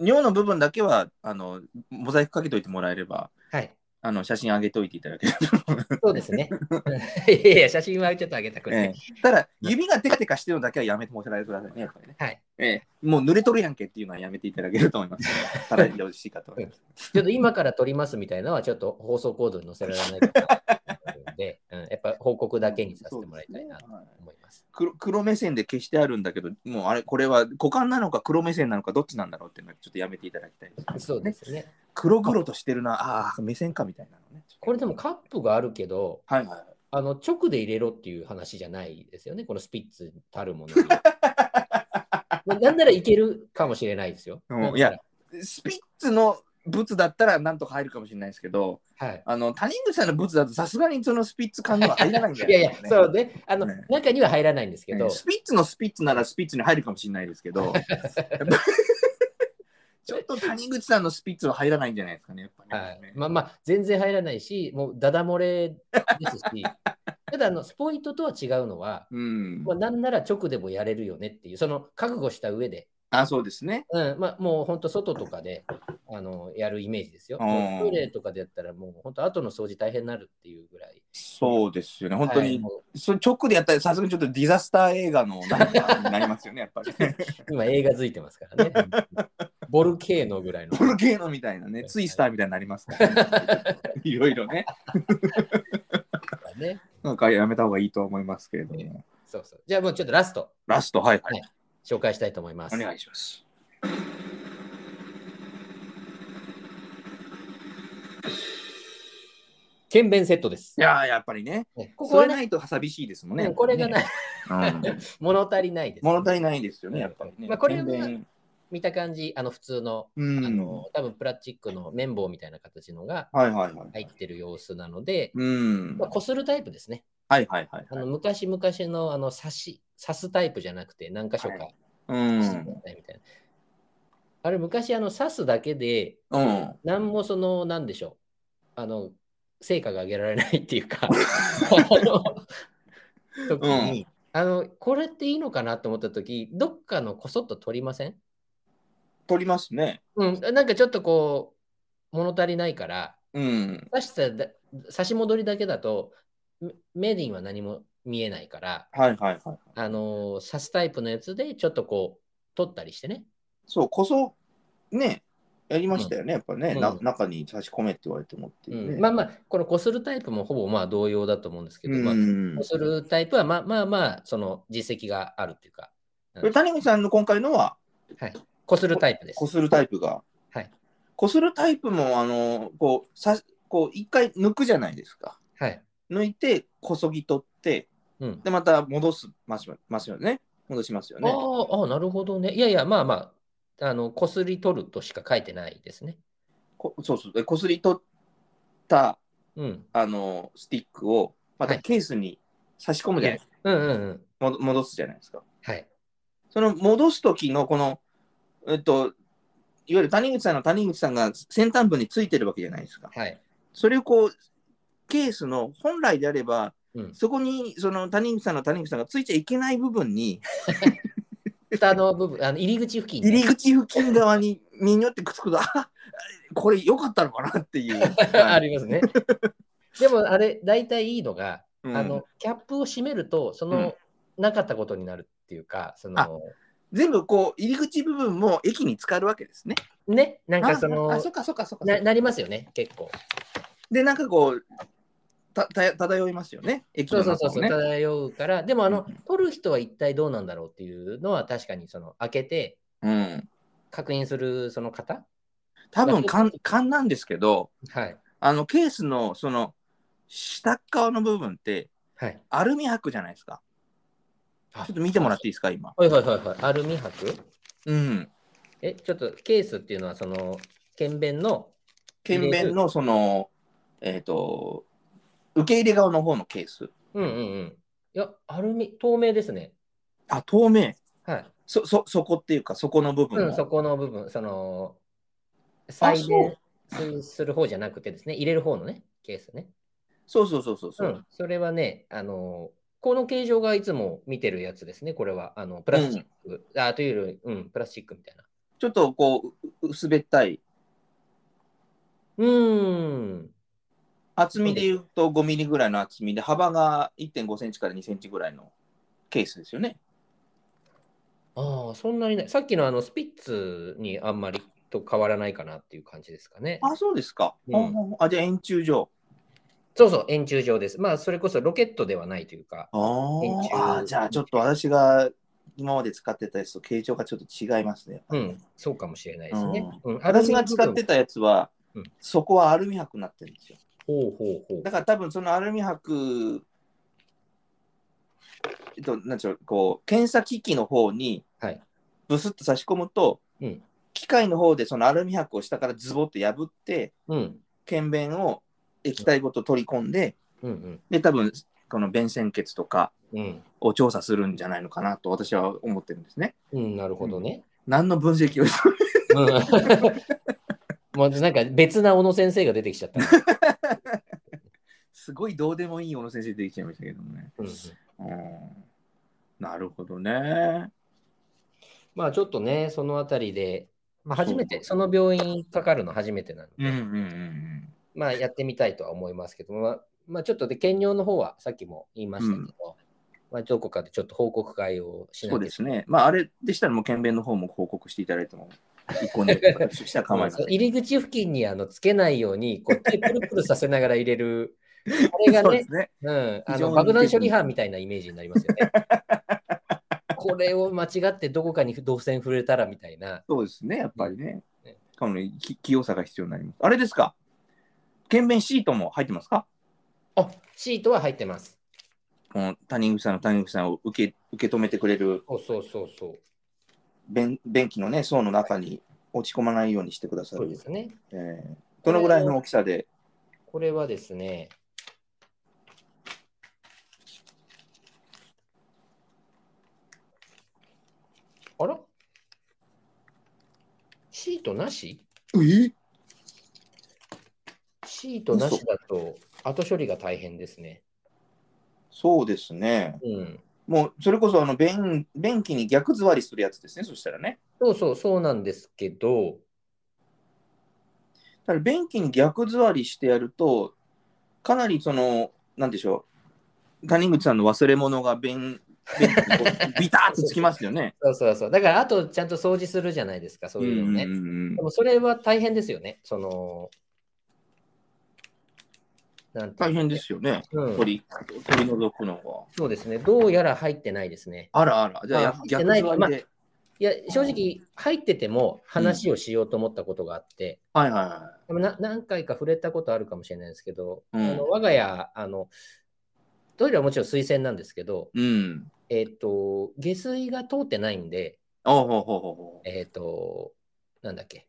A: 尿の部分だけは、あの、モザイクかけといてもらえれば、
B: はい。
A: あの、写真上げといていただければ。
B: そうです
A: (laughs)
B: ね。 (laughs) いやいや、写真はちょっとあげたくない。
A: ええただ、指がテカテカしてるのだけはやめてもらえてくださいね、やっぱりね。
B: はい。
A: ええ、もう濡れとるやんけっていうのはやめていただけると思います。
B: (laughs)
A: ただよろしいかと思います。
B: ちょっと今から撮りますみたいなのは、ちょっと放送コードに載せられないかなと思うの (laughs) で、うん、やっぱ報告だけにさせてもらいたいなと
A: はい
B: 思います。
A: 黒黒目線で消してあるんだけど、もうあれ、これは股間なのか黒目線なのかどっちなんだろうっていうのはちょっとやめていただきたいです。
B: そうですね。
A: 黒々としてるな、ああー、目線かみたいなのね。
B: これでもカップがあるけど、
A: はいはい。
B: あの直で入れろっていう話じゃないですよね、このスピッツたるものに。 (laughs) まあなんならいけるかもしれないですよ。
A: うん
B: なんなら
A: いや、スピッツのブツだったらなんとか入るかもしれないですけど、
B: はい、
A: あの、他人草のブツだとさすがにそのスピッツ感には入らないんじゃ
B: い
A: ない
B: やい
A: で
B: や
A: す、か、ね。
B: そうね、あの
A: ね
B: 中には入らないんですけ
A: え
B: ど
A: え、スピッツのスピッツならスピッツに入るかもしれないですけ
B: (laughs)
A: ど、 (laughs) ちょっと谷口さんのスピッツは入らないんじゃないですかね、やっぱり、
B: はい、まあまあ、全然入らないし、もうダダ漏れです (laughs) し、ただあの、スポイトとは違うのは、
A: うん
B: まあ、なんなら直でもやれるよねっていう、その覚悟した上で、
A: あ、そうですね。
B: うんまあ、もう本当、外とかであのやるイメージですよ。
A: うん
B: もうトイレとかでやったら、もう本当、後の掃除大変になるっていうぐらい。
A: そうですよね。本当
B: はい
A: に、
B: もう
A: それ直でやったらさすがにちょっとディザスター映画のなんかになりますよね、やっ
B: (laughs)
A: ぱり。
B: 今映画づいてますか
A: (laughs)
B: らね。ボルケーノぐらいの
A: ボ。ルケーノみたいなね、ツイスターみたいになりますから、ね、
B: (laughs)
A: いろいろね、
B: ね、
A: なんかやめた方がいいと思いますけれども。
B: そうそう。じゃあもうちょっとラスト
A: ラスト、はいはい。
B: 紹介したいと思います。
A: お願いします。
B: 剣弁セットです
A: い。やー、やっぱりね、
B: ね
A: こ
B: ここ
A: こ
B: は
A: はな
B: ね、
A: いと寂しいですもん
B: う
A: ね。
B: んこれがない、
A: うん
B: 物足りないです。
A: 物足りないですよね、やっぱりね。
B: まあこれは
A: 全然
B: 見た感じ、あの普通の、
A: うん
B: あの多分プラスチックの綿棒みたいな形のが
A: はいはいはい。
B: 入ってる様子なので、
A: うん。
B: まあ、こするタイプですね。
A: はいはいはい
B: あ
A: はい。
B: の昔々のあの刺し、刺すタイプじゃなくて、何箇所
A: は
B: か
A: うん。
B: 刺してくださいみたいな。あれ、昔、あの刺すだけで、
A: うん。
B: 何もその、なんでしょう、あの、成果が上げられないっていう
A: (laughs)
B: か、あの時に、あの、これっていいのかなと思った時、どっかのこそっと取りません
A: 取りますね。
B: うん、なんかちょっとこう、物足りないから、
A: うん。
B: 刺しただ差し戻りだけだと、メメディンは何も見えないから、
A: はいはいはい。
B: あのー、刺すタイプのやつで、ちょっとこう、取ったりしてね。
A: そう、こそ、ね、やりましたよね。やっぱね、
B: うん、
A: な中に差し込めって言われてもっていううんね。
B: まあまあ、このこするタイプもほぼまあ同様だと思うんですけど、
A: うん
B: まあ、こするタイプはまあまあまあ、その実績があるっていうか、
A: これ谷口さんの今回のは、
B: はい、こするタイプです。
A: こするタイプが。
B: はい。
A: こするタイプも、あの、こう、さこう一回抜くじゃないですか。
B: はい。
A: 抜いて、こそぎ取って、
B: うん。
A: で、また戻す、ますますよね。戻しますよ
B: あ
A: ね。
B: あ、ああなるほどね。いやいや、まあまあ、あの、こすり取るとしか書いてないですね。
A: こそうそう。でこすり取った、
B: うん。
A: あの、スティックを、また
B: はい
A: ケースに差し込むじゃないですか。
B: うんうんうん。
A: もど戻すじゃないですか。
B: はい。
A: その戻す時のこの、えっと、いわゆる谷口さんの谷口さんが先端部についてるわけじゃないですか。
B: はい。
A: それをこう、ケースの本来であれば、
B: うん。
A: そこにその谷口さんの谷口さんがついちゃいけない部分に、
B: 蓋の部分、あの入り口付近ね、
A: 入り口付近側にみにょってくっつくと、あこれ良かったのかなっていう。
B: (laughs) (laughs) ありますね。でも、あれ、大体いいのが、
A: うん
B: あの、キャップを閉めると、その、
A: うん
B: なかったことになるっていうか、そ
A: あ
B: の、
A: 全部こう、入り口部分も駅に浸かるわけですね。
B: ね、なん
A: あ
B: かその
A: あ、そっかそっかそっか。
B: な、なりますよね、結構。
A: で、なんかこう、たた漂いますよね。駅
B: そ
A: の
B: うそ
A: 中
B: うそう
A: を
B: そう、
A: ね。
B: 漂うから、でも、あの
A: うん、
B: 取る人は一体どうなんだろうっていうのは、確かに、その、開けて、
A: うん。
B: 確認するその方
A: 多分勘、勘なんですけど、
B: はい。
A: あのケースのその下っ側の部分って
B: はい。
A: アルミ箔じゃないですか。ちょ
B: あ
A: っと見てもらっていいですか、今。
B: はいはいはいはい。アルミ箔
A: うん。
B: え、ちょっと、ケースっていうのは、その、剣弁の、
A: 剣弁のその、えっ、と、受け入れ側の方のケース。
B: うんうんうん。いや、アルミ、透明ですね。
A: あ、透明。
B: はい。
A: そ、そ、そこっていうか、そこの部分
B: う
A: を
B: ん、そこの部分、その、再現すする方じゃなくてですね、入れる方のね、ケースね。
A: そうそうそうそう
B: う、
A: そうん
B: それはね、あの、この形状がいつも見てるやつですね、これは。あの、プラスチック、あというより、うん、プラスチックみたいな。
A: ちょっとこう、うう滑ったい。
B: うーん、
A: 厚みで言うと5ミリぐらいの厚みで、幅が1.5センチから2センチぐらいのケースですよね。
B: ああ、そんなにない。さっきのあの、スピッツにあんまりと変わらないかなっていう感じですかね。
A: あ、そうですか。
B: うん
A: ああ、あじゃあ円柱状。
B: そうそう、円柱状です。まあ、それこそロケットではないというか、
A: あ
B: 円
A: ー
B: 柱
A: あー、じゃあちょっと私が今まで使ってたやつと形状がちょっと違いますね。やっぱ
B: う
A: り
B: ん、そうかもしれないですね。うん、
A: 私が使って
B: た。
A: たやつは、
B: うん
A: そこはアルミ箔になってるんですよ。
B: ほうほうほう
A: だ。から多分そのアルミ箔、えっと、なんちゅうのこう、検査機器の方に
B: はい、
A: ブスッと差し込むと、
B: うん
A: 機械の方でそのアルミ箔を下からズボッと破って、
B: うん、
A: 剣弁を液体ごと取り込んで、
B: うん、
A: で、多分この便潜血とか
B: うん、うん、
A: を調査するんじゃないのかなと私は思ってるんですね。
B: うん、なるほどね。
A: 何の分析を (laughs) した
B: うん (laughs) もうなんか別な小野先生が出てきちゃったな。
A: すごいどうでもいい小野先生できちゃいましたけどもね。
B: うんうん
A: うんなるほどね。
B: まあちょっとね、そのあたりで、まあ、
A: そう
B: 初めて、その病院かかるの初めてなの
A: うんうん
B: で、
A: うんうん。
B: まあやってみたいとは思いますけども、まあまあちょっとで、兼業の方はさっきも言いましたけど、まあどこかでちょっと報告会をしな
A: そ
B: いうと
A: ですね。まあ、あれでしたら、もう、検便の方も報告していただいても、一向に、そしたら構いま
B: (laughs)
A: せん。
B: 入り口付近にあのつけないようにこう手プルプルさせながら入れる。あれが
A: そうで
B: ね
A: す、ね。
B: うん、あ
A: 非常
B: の
A: に
B: 爆弾処理班みたいなイメージになりますよね。 (laughs) これを間違ってどこかに動線触れたらみたいな。
A: そうですね、やっぱりね
B: ね。
A: しかもね、き器用さが必要になります。あれですか検便シートも入ってますか
B: あシートは入ってます。
A: この谷口さんの谷口さんを受け受け止めてくれる
B: そうそうそうそう。
A: 便便器のね、層の中に落ち込まないようにしてくださ
B: そうで
A: い。
B: すね。
A: えーどのぐらいの大きさで、
B: これはですね、あらシートなし
A: え
B: シートなしだと後処理が大変ですね。
A: そうですね。
B: うん。
A: もう、それこそ、あの、便、便器に逆座りするやつですね、そしたらね。
B: そうそう、そうなんですけど、
A: だから便器に逆座りしてやると、かなりその、なんでしょう、谷口さんの忘れ物が便、便器にこ
B: (laughs)
A: うビタッとつきますよね。
B: そうそうそう。だから、あとちゃんと掃除するじゃないですか、そういうのね。
A: うんうん
B: でも、それは大変ですよね。その、なんてい
A: 大
B: うの
A: 変で、すよね、
B: うん
A: 取り取り除くのが。
B: そうですね。どうやら入ってないですね。
A: あらあら、じゃあや
B: まあ
A: 逆
B: 入って
A: 座
B: な
A: り
B: い
A: で。
B: いや、正直、入ってても話をしようと思ったことがあって、
A: はいはいは
B: でもな何回か触れたことあるかもしれないですけど、
A: うん
B: あの我が家あの、トイレはもちろん水洗なんですけど、
A: い。うん。
B: えっ、と、下水が通ってないんで、
A: あほうほうほうほう。
B: えっ、と、なんだっけ、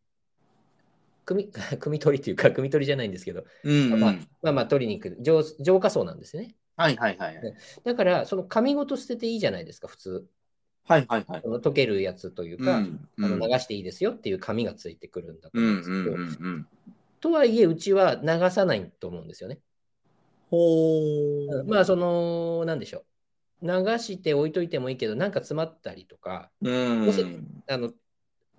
B: 汲 (laughs) み汲み取りというか、汲み取りじゃないんですけど、
A: うん、うん。
B: ままあまあ取りに行く浄、浄化槽なんですね。
A: はいはいはいはい。
B: だから、その紙ごと捨てていいじゃないですか、普通。
A: はいはいはい。
B: その溶けるやつという
A: う
B: か、
A: ん。う
B: あ
A: ん
B: の流していいですよっていう紙がついてくるんだと
A: う
B: 思うん
A: ん
B: です
A: う
B: けど、
A: んうんうん。
B: とはいえ、うちは流さないと思うんですよね。
A: ほう。
B: まあ、その、なんでしょう。流して置いといてもいいけど、なんか詰まったりとか、
A: うん。うん
B: どうせあの、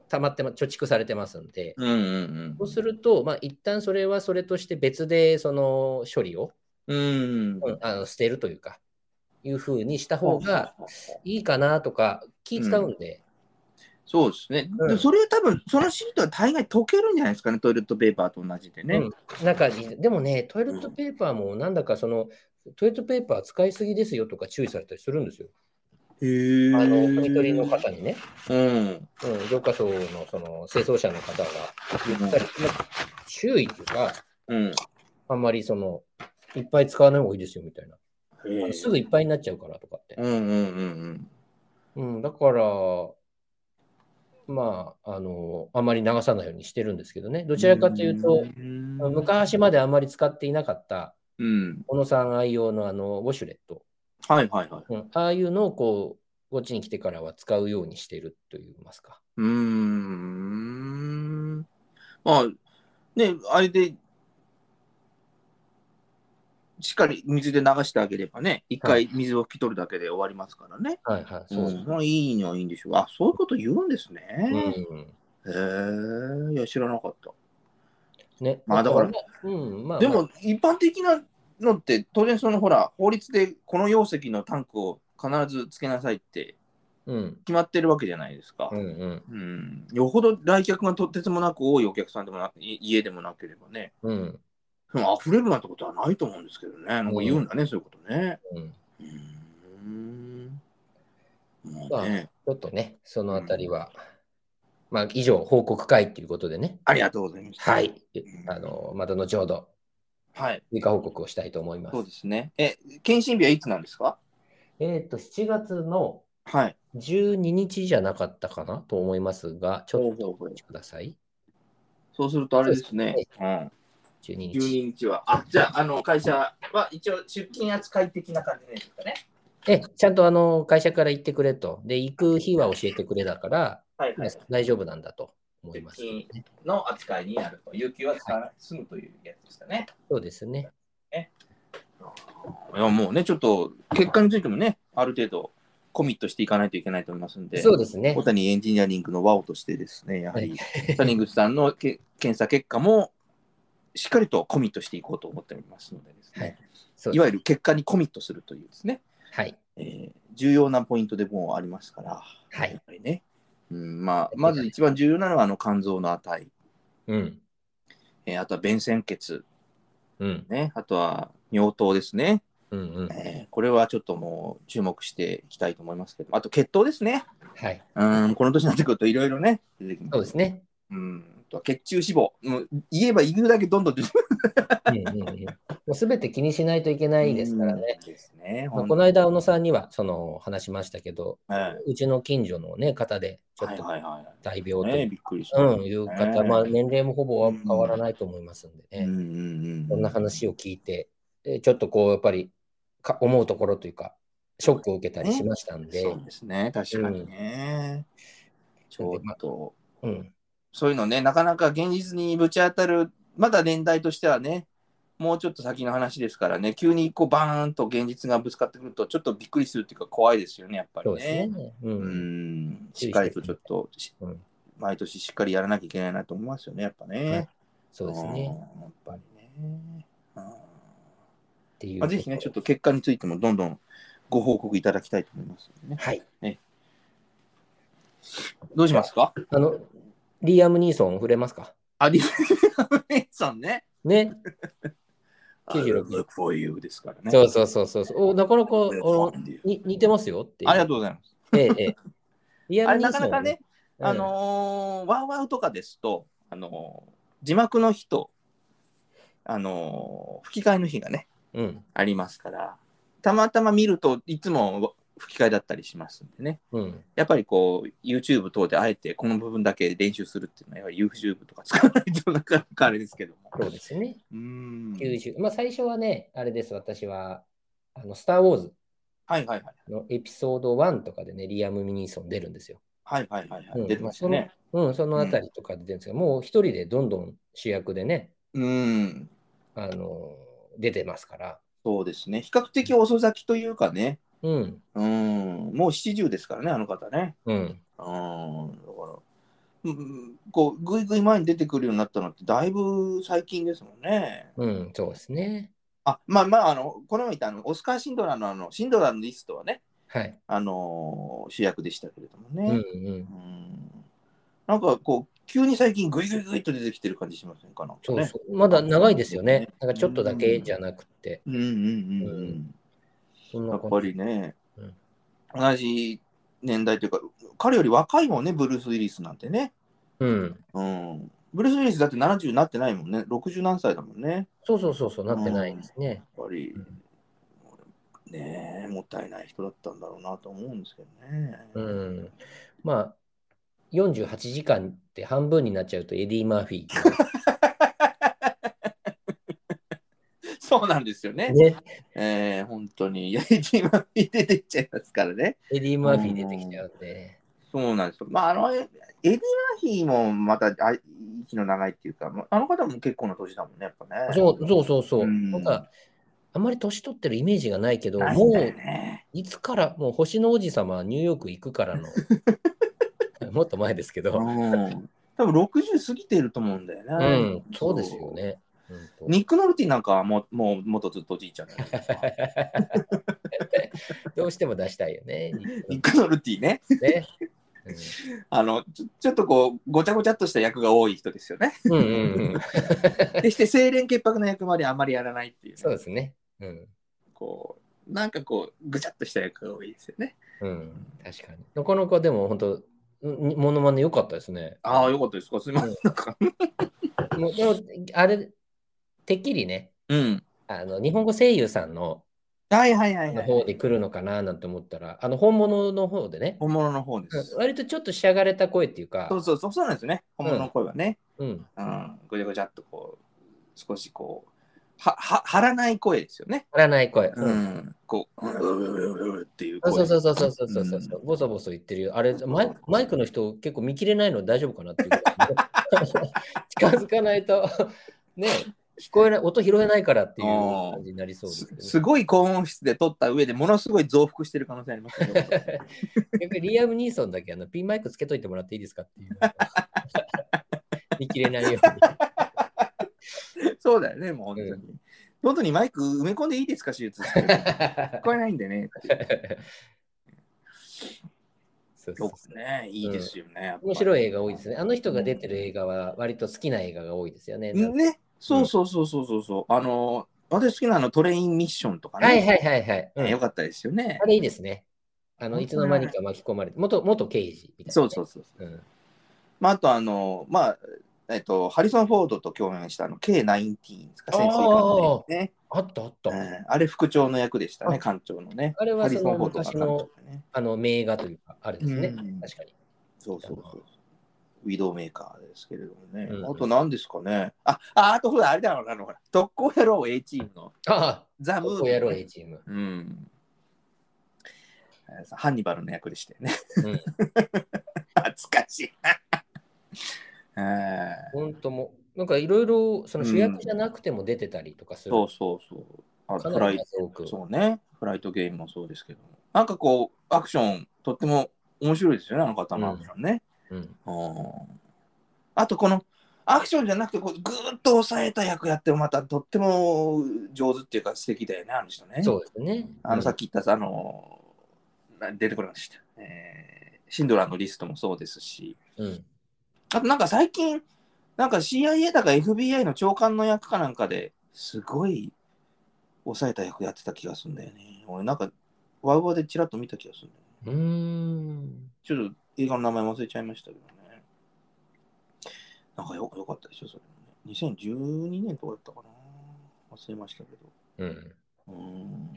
B: 溜まってま、貯蓄されてますんで、
A: うんうん
B: そうすると、まあ、一旦それはそれとして別で、その処理を、
A: うん。
B: うんあの捨てるというか、いうふうにした方が、いいかなとか、気使うんで、
A: そうですね。
B: うん
A: でそれは多分、そのシートは大概溶けるんじゃないですかね、トイレットペーパーと同じでね。
B: うんなんか、でもね、トイレットペーパーも、なんだかその、トイレットペーパー使いすぎですよとか注意されたりするんですよ。
A: へー
B: あの、国取りの方にね、
A: うん。
B: うん、浄化層のその清掃者の方が言ったり、まあ注意というか、
A: うん。
B: あんまりその、いっぱい使わない方がいいですよみたいな。あのすぐ
A: い。
B: いっぱいになっちゃうからとかって。
A: うんうんうん
B: うん、だから、まあ、あの、あんまり流さないようにしてるんですけどね。
A: ど
B: どちらかというと、、あの
A: 昔。
B: 昔まであんまり使っていなかった、
A: うん。
B: 小野さん愛用のあの、ウォシュレット。
A: はいはいはい。
B: うん、ああいうのをこう、こっちに来てからは使うようにしてると言いますか。
A: うーん。まあ、ね、あれで、しっかり水で流してあげればね、一回水を拭き取るだけで終わりますからね。
B: はいはい、
A: そ
B: そうう
A: そ
B: そうう。
A: まあいいにはいいんでしょう。あ、そういうこと言うんですね。
B: うん
A: へえ、いや、知らなかった。
B: ね、
A: まあだから、
B: うん、まあ、
A: でも、一般的なのって、当然、そのほら、法律でこの容積のタンクを必ずつけなさいって
B: まあ、うん、
A: 決まってるわけじゃないですか
B: う。ん、うん、
A: うん、よほど来客がとてつもなく多いお客さんでもなく、い家でもなければね、
B: うん、
A: でも溢れるなんてことはないと思うんですけどね、なんか言うんだね、そういうことね。
B: うん。
A: うーん。
B: ま
A: ま
B: あ
A: あね、
B: ちょっとね、そのあたりは、まあ、以上、報告会ということでね。
A: ありがとうございました。
B: は。い。あの、また後ほど、
A: はい、
B: 追加報告をしたいと思います。
A: そうですね。え、検診日はいつなんですか
B: えっ、と、7月の
A: はい。
B: 12日じゃなかったかなと思いますが、ち
A: ほ
B: ょっと
A: う
B: お
A: ほうほう
B: 待ちください。
A: そうするとあれですね。うん。
B: 12日。
A: 12日は。あ、じゃあ、あの、会社は一応出勤扱い的な感じでいいですかね。
B: え、ちゃんとあの、会社から行ってくれと。で、行く日は教えてくれだから、
A: はい
B: まあ大丈夫なんだと思います。
A: 出勤の扱いになると。有給は使わな済むというやつですかね。
B: そうですね。
A: いや、もうね、ちょっと、結果についてもね、ある程度、コミットしていかないといけないと思いますんで。
B: そうですね
A: 小。谷エンジニアリングの和をとしてですね、やはり、谷口さんのけ検査結果も、しっかりとコミットしていこうと思っておりますのでですね、
B: はいそう
A: いわゆる結果にコミットするというですね、
B: はい。
A: えー重要なポイントでもありますから、
B: は
A: や
B: い
A: っ。ぱりね。うん、まあ、まず一番重要なのは、あの、肝臓の値。
B: うん。
A: えーあとは、便潜血。
B: うん。
A: ね。あとは、尿糖ですね。
B: うん。うん。
A: えーこれはちょっともう、注目していきたいと思いますけどもあと、血糖ですね。
B: はい。
A: うん、この年になってくると、いろいろね、出てきま
B: そうですね。
A: うん。とは血中脂肪。もう言えば言うだけどんどん出てくる
B: うんうんうんもう全て気にしないといけないですからね。。
A: ですね。
B: まあ、この間、小野さんにはその話しましたけど、
A: はい、
B: うちの近所の、ね、方で、ちょっと
A: はいはいはい
B: 大病と
A: ね、
B: いう
A: びっくりした。
B: うん、いう方、まあ、年齢もほぼ変わらないと思いますんで
A: うん
B: ね、
A: うん
B: こんな話を聞いて、えちょっとこう、やっぱりか思うところというか、ショックを受けたりしましたんで、
A: そうですね、確かにね。ちょっと、
B: うん、
A: そういうのね、なかなか現実にぶち当たる、まだ年代としてはね、もうちょっと先の話ですからね、急にこうバーンと現実がぶつかってくると、ちょっとびっくりするっていうか、怖いですよね、やっぱり
B: そ
A: ね。
B: うですね。う、
A: うんん、しっかりとちょっと、し
B: うん
A: 毎年しっかりやらなきゃいけないなと思いますよね、やっぱね。
B: はいそうですね。
A: んやっぱりね。うん
B: っていう
A: ま
B: こ
A: あ、
B: と。
A: ぜひね、ちょっと結果についてもどんどんご報告いただきたいと思いますね。
B: はい。
A: どうしますか
B: あの、リアム・ニーソン触れますか
A: あリアメイさんね。
B: ね。96
A: I'll look for you ですからね。
B: そうそうそうそうそう。おなかなか
A: I'll look
B: お
A: for you
B: に似てますよっていう。
A: ありがとうございます。
B: ええええリ
A: あ
B: ア
A: れ
B: ム・
A: な
B: ニーソ
A: か
B: ン
A: な
B: は
A: かね、、
B: うん
A: あ、のーワウワウとかですと、あのー字幕の日と、あのー吹き替えの日がね、
B: うん、
A: ありますから、たまたま見るといつも吹き替えだったりしますんでね。
B: うん。
A: やっぱりこう、YouTube 等であえてこの部分だけ練習するっていうのは、やはり YouTube とか使わないとなかなかあれですけども。
B: そうですね。
A: うーん。
B: 90。まあ、最初はね、あれです、私は、あの、スター・ウォーズ
A: はいはいはい。
B: のエピソード1とかでね、リアム・ミニーソン出るんですよ。
A: はいはいはい、はい
B: うん
A: 出てましたね。
B: うん、そのあたりとかで出るんですが、もう一人でどんどん主役でね、
A: うん。
B: あの、出てますから。
A: そうですね。比較的遅咲きというかね。
B: うん、
A: うん。もう70ですからね、あの方ね。
B: うん。
A: うん。だから、うん、こう、ぐいぐい前に出てくるようになったのって、だいぶ最近ですもんね。
B: うん、そうですね。
A: あ、まあまあ、あの、この前言ったあの、オスカー・シンドラーのあの、シンドラーのリストはね、
B: はい。
A: あのー主役でしたけれどもね。
B: うん、うん。
A: うんなんかこう、急に最近、ぐいぐいぐいと出てきてる感じしませんかなんか
B: そう
A: ね。
B: そう、まだ長いですよね
A: ね。
B: なんかちょっとだけじゃなくて、
A: うんうんうん
B: うそ
A: う
B: ん
A: ん。
B: な
A: やっぱ
B: 感じ
A: りね、
B: うん
A: 同じ年代というか、彼より若いもんね、ブルース・ウィリスなんてね。
B: うん。
A: うん、ブルース・ウィリスだって70になってないもんね、60何歳だもんね。
B: そうそうそうそう、なってないですね。
A: やっぱり
B: うん、
A: ねえ、もったいない人だったんだろうなと思うんですけどね。
B: うん。まあ、48時間って半分になっちゃうとエディ・マーフィ
A: そうなんですよね。
B: ー。
A: (laughs)
B: ね、
A: えー、本当に、いや、 (laughs) 今出てっちゃいますからね。
B: エディ・マーフィー出てきちゃうんで。
A: そうなんですよ。まあ、あの、エエディ・マーフィーもまた、あ息の長いっていうか、まああの方も結構な年だもんね、やっぱね。
B: そうそうそうそう。
A: うん
B: なんか、あんまり年取ってるイメージがないけど、
A: ない
B: も
A: んだよ
B: う
A: ね。
B: いつから、もう星の王子様、ニューヨーク行くからの、 (laughs) もっと前ですけ
A: う
B: ど、
A: ん。多分60過ぎてると思うんだよ
B: う
A: ね。
B: ん、そうですよね。
A: そう。ニック・ノルティなんかはもうもう元ずっとおじいちゃんだけどさ
B: (laughs) どうしても出したいよね。
A: ニック・ノルティね。
B: ね
A: あのちょ、ちょっとこう、ごちゃごちゃっとした役が多い人ですよ
B: (laughs)
A: ね。
B: うん、うんうんうん。
A: 決して、清廉潔白な役まであんまりやらないっていうね、
B: そうですね。うん。
A: こう、なんかこう、ぐちゃっとした役が多いですよね。
B: うん。確かに。なかなかでも本当、んモノマネ良かったですね。
A: ああ、よかったですか。すみません。なんか。
B: もうでも、あれ、てっきりね、
A: うん。
B: あの日本語声優さんの
A: はいはいはい、は
B: の
A: い。
B: 方で来るのかななんて思ったら、あの本物の方でね、
A: 本物の方で
B: うん
A: す。
B: 割とちょっとしゃがれた声っていうか
A: そ、うそうそう、そうなんですよね。本物の声はね。
B: うん、
A: うん。ごちゃごちゃっとこう、少しこう、は、は、張らない声ですよね。
B: 張らない声。
A: う
B: うん
A: ん。こう、うん、っていう声。
B: そうそうそうそうそうそうそうそう、
A: う
B: ボソボソ言ってるよ。あれマイ、マイクの人結構見切れないの大丈夫かなっていうぐ (laughs) らい。近づかないと、ね、聞こえない、音拾えないからっていう感じになりそうです
A: す
B: けど
A: すごい高音質で撮った上でものすごい増幅してる可能性ありますけど
B: (laughs) 逆にリアム・ニーソンだけあのピンマイクつけといてもらっていいですかっていう。
A: (laughs)
B: 見切れないよ
A: (laughs) そうだよねもう本当に、
B: う
A: 本当にマイク埋め込んでいいですか手術して (laughs) る聞
B: う
A: こえないんでね
B: に。 (laughs) そう
A: そ
B: そうう
A: ですねいいですよね、やっぱり
B: 面白い映画多いですね。あの人が出てる映画は割と好きな映画が多いですよね。なんか
A: ね、そうそうそうそうそうそう、あの私好きなあのトレインミッションとかね、
B: はいはいはいはい。うん
A: ねよかったですよね
B: あ。れいいですね。あ
A: 本当
B: の、
A: ね
B: いつの間にか巻き込まれて、元元刑事みたいなね、
A: そうそうそう。
B: うん。
A: まあ、あとあの、まあ、えっと、ハリソン・フォードと共演したあの K19 ですか、
B: あー
A: 潜水艦でね、
B: あったあった。
A: うんあれ、副長の役でしたね、
B: あ
A: 艦長のね。
B: あれ
A: ハ
B: は
A: リ
B: そ
A: ソン・
B: の
A: フォードが
B: 昔
A: 監督
B: の
A: でね。
B: あの名画というか、あれですね。
A: うん
B: 確かに。
A: そうそうそう。ウィドウメーカーですけれどもね。
B: うん
A: あと何ですかね。あ、ああとほら、あれだろうな、あのほら、特攻野郎 A チームの
B: あ
A: ザ・
B: あ、
A: ムービー、
B: こうやろう、A チーム。
A: うん。ハンニバルの役でしたよね。 (laughs)
B: うん
A: 懐かしい (laughs) な。えー
B: 本当もう、なんかいろいろその主役じゃなくても出てたりとかする。
A: そうそうそう。あ
B: か
A: フ
B: な
A: ライ
B: り数多く。
A: そうね。フライトゲームもそうですけども。なんかこう、アクション、とっても面白いですよね、あの方のアクションね。
B: うん
A: うんあと、この、アクションじゃなくて、こうぐーっと抑えた役やってもまたとっても上手っていうか素敵だよね、あの人ね。
B: そうですね。
A: あのさっき言ったさ、あの、な出てこなました。えーシンドラーのリストもそうですし、
B: うん。
A: あとなんか最近、なんか CIA だか FBI の長官の役かなんかですごい抑えた役やってた気がするんだよね。俺なんか、ワウワウでちらっと見た気がするんだよね。
B: うーん。
A: ちょっと映画の名前忘れちゃいましたけどね。なんかよよかったでしょ、それもね。2012年とかだったかな。忘れましたけど。
B: うん。
A: うーん。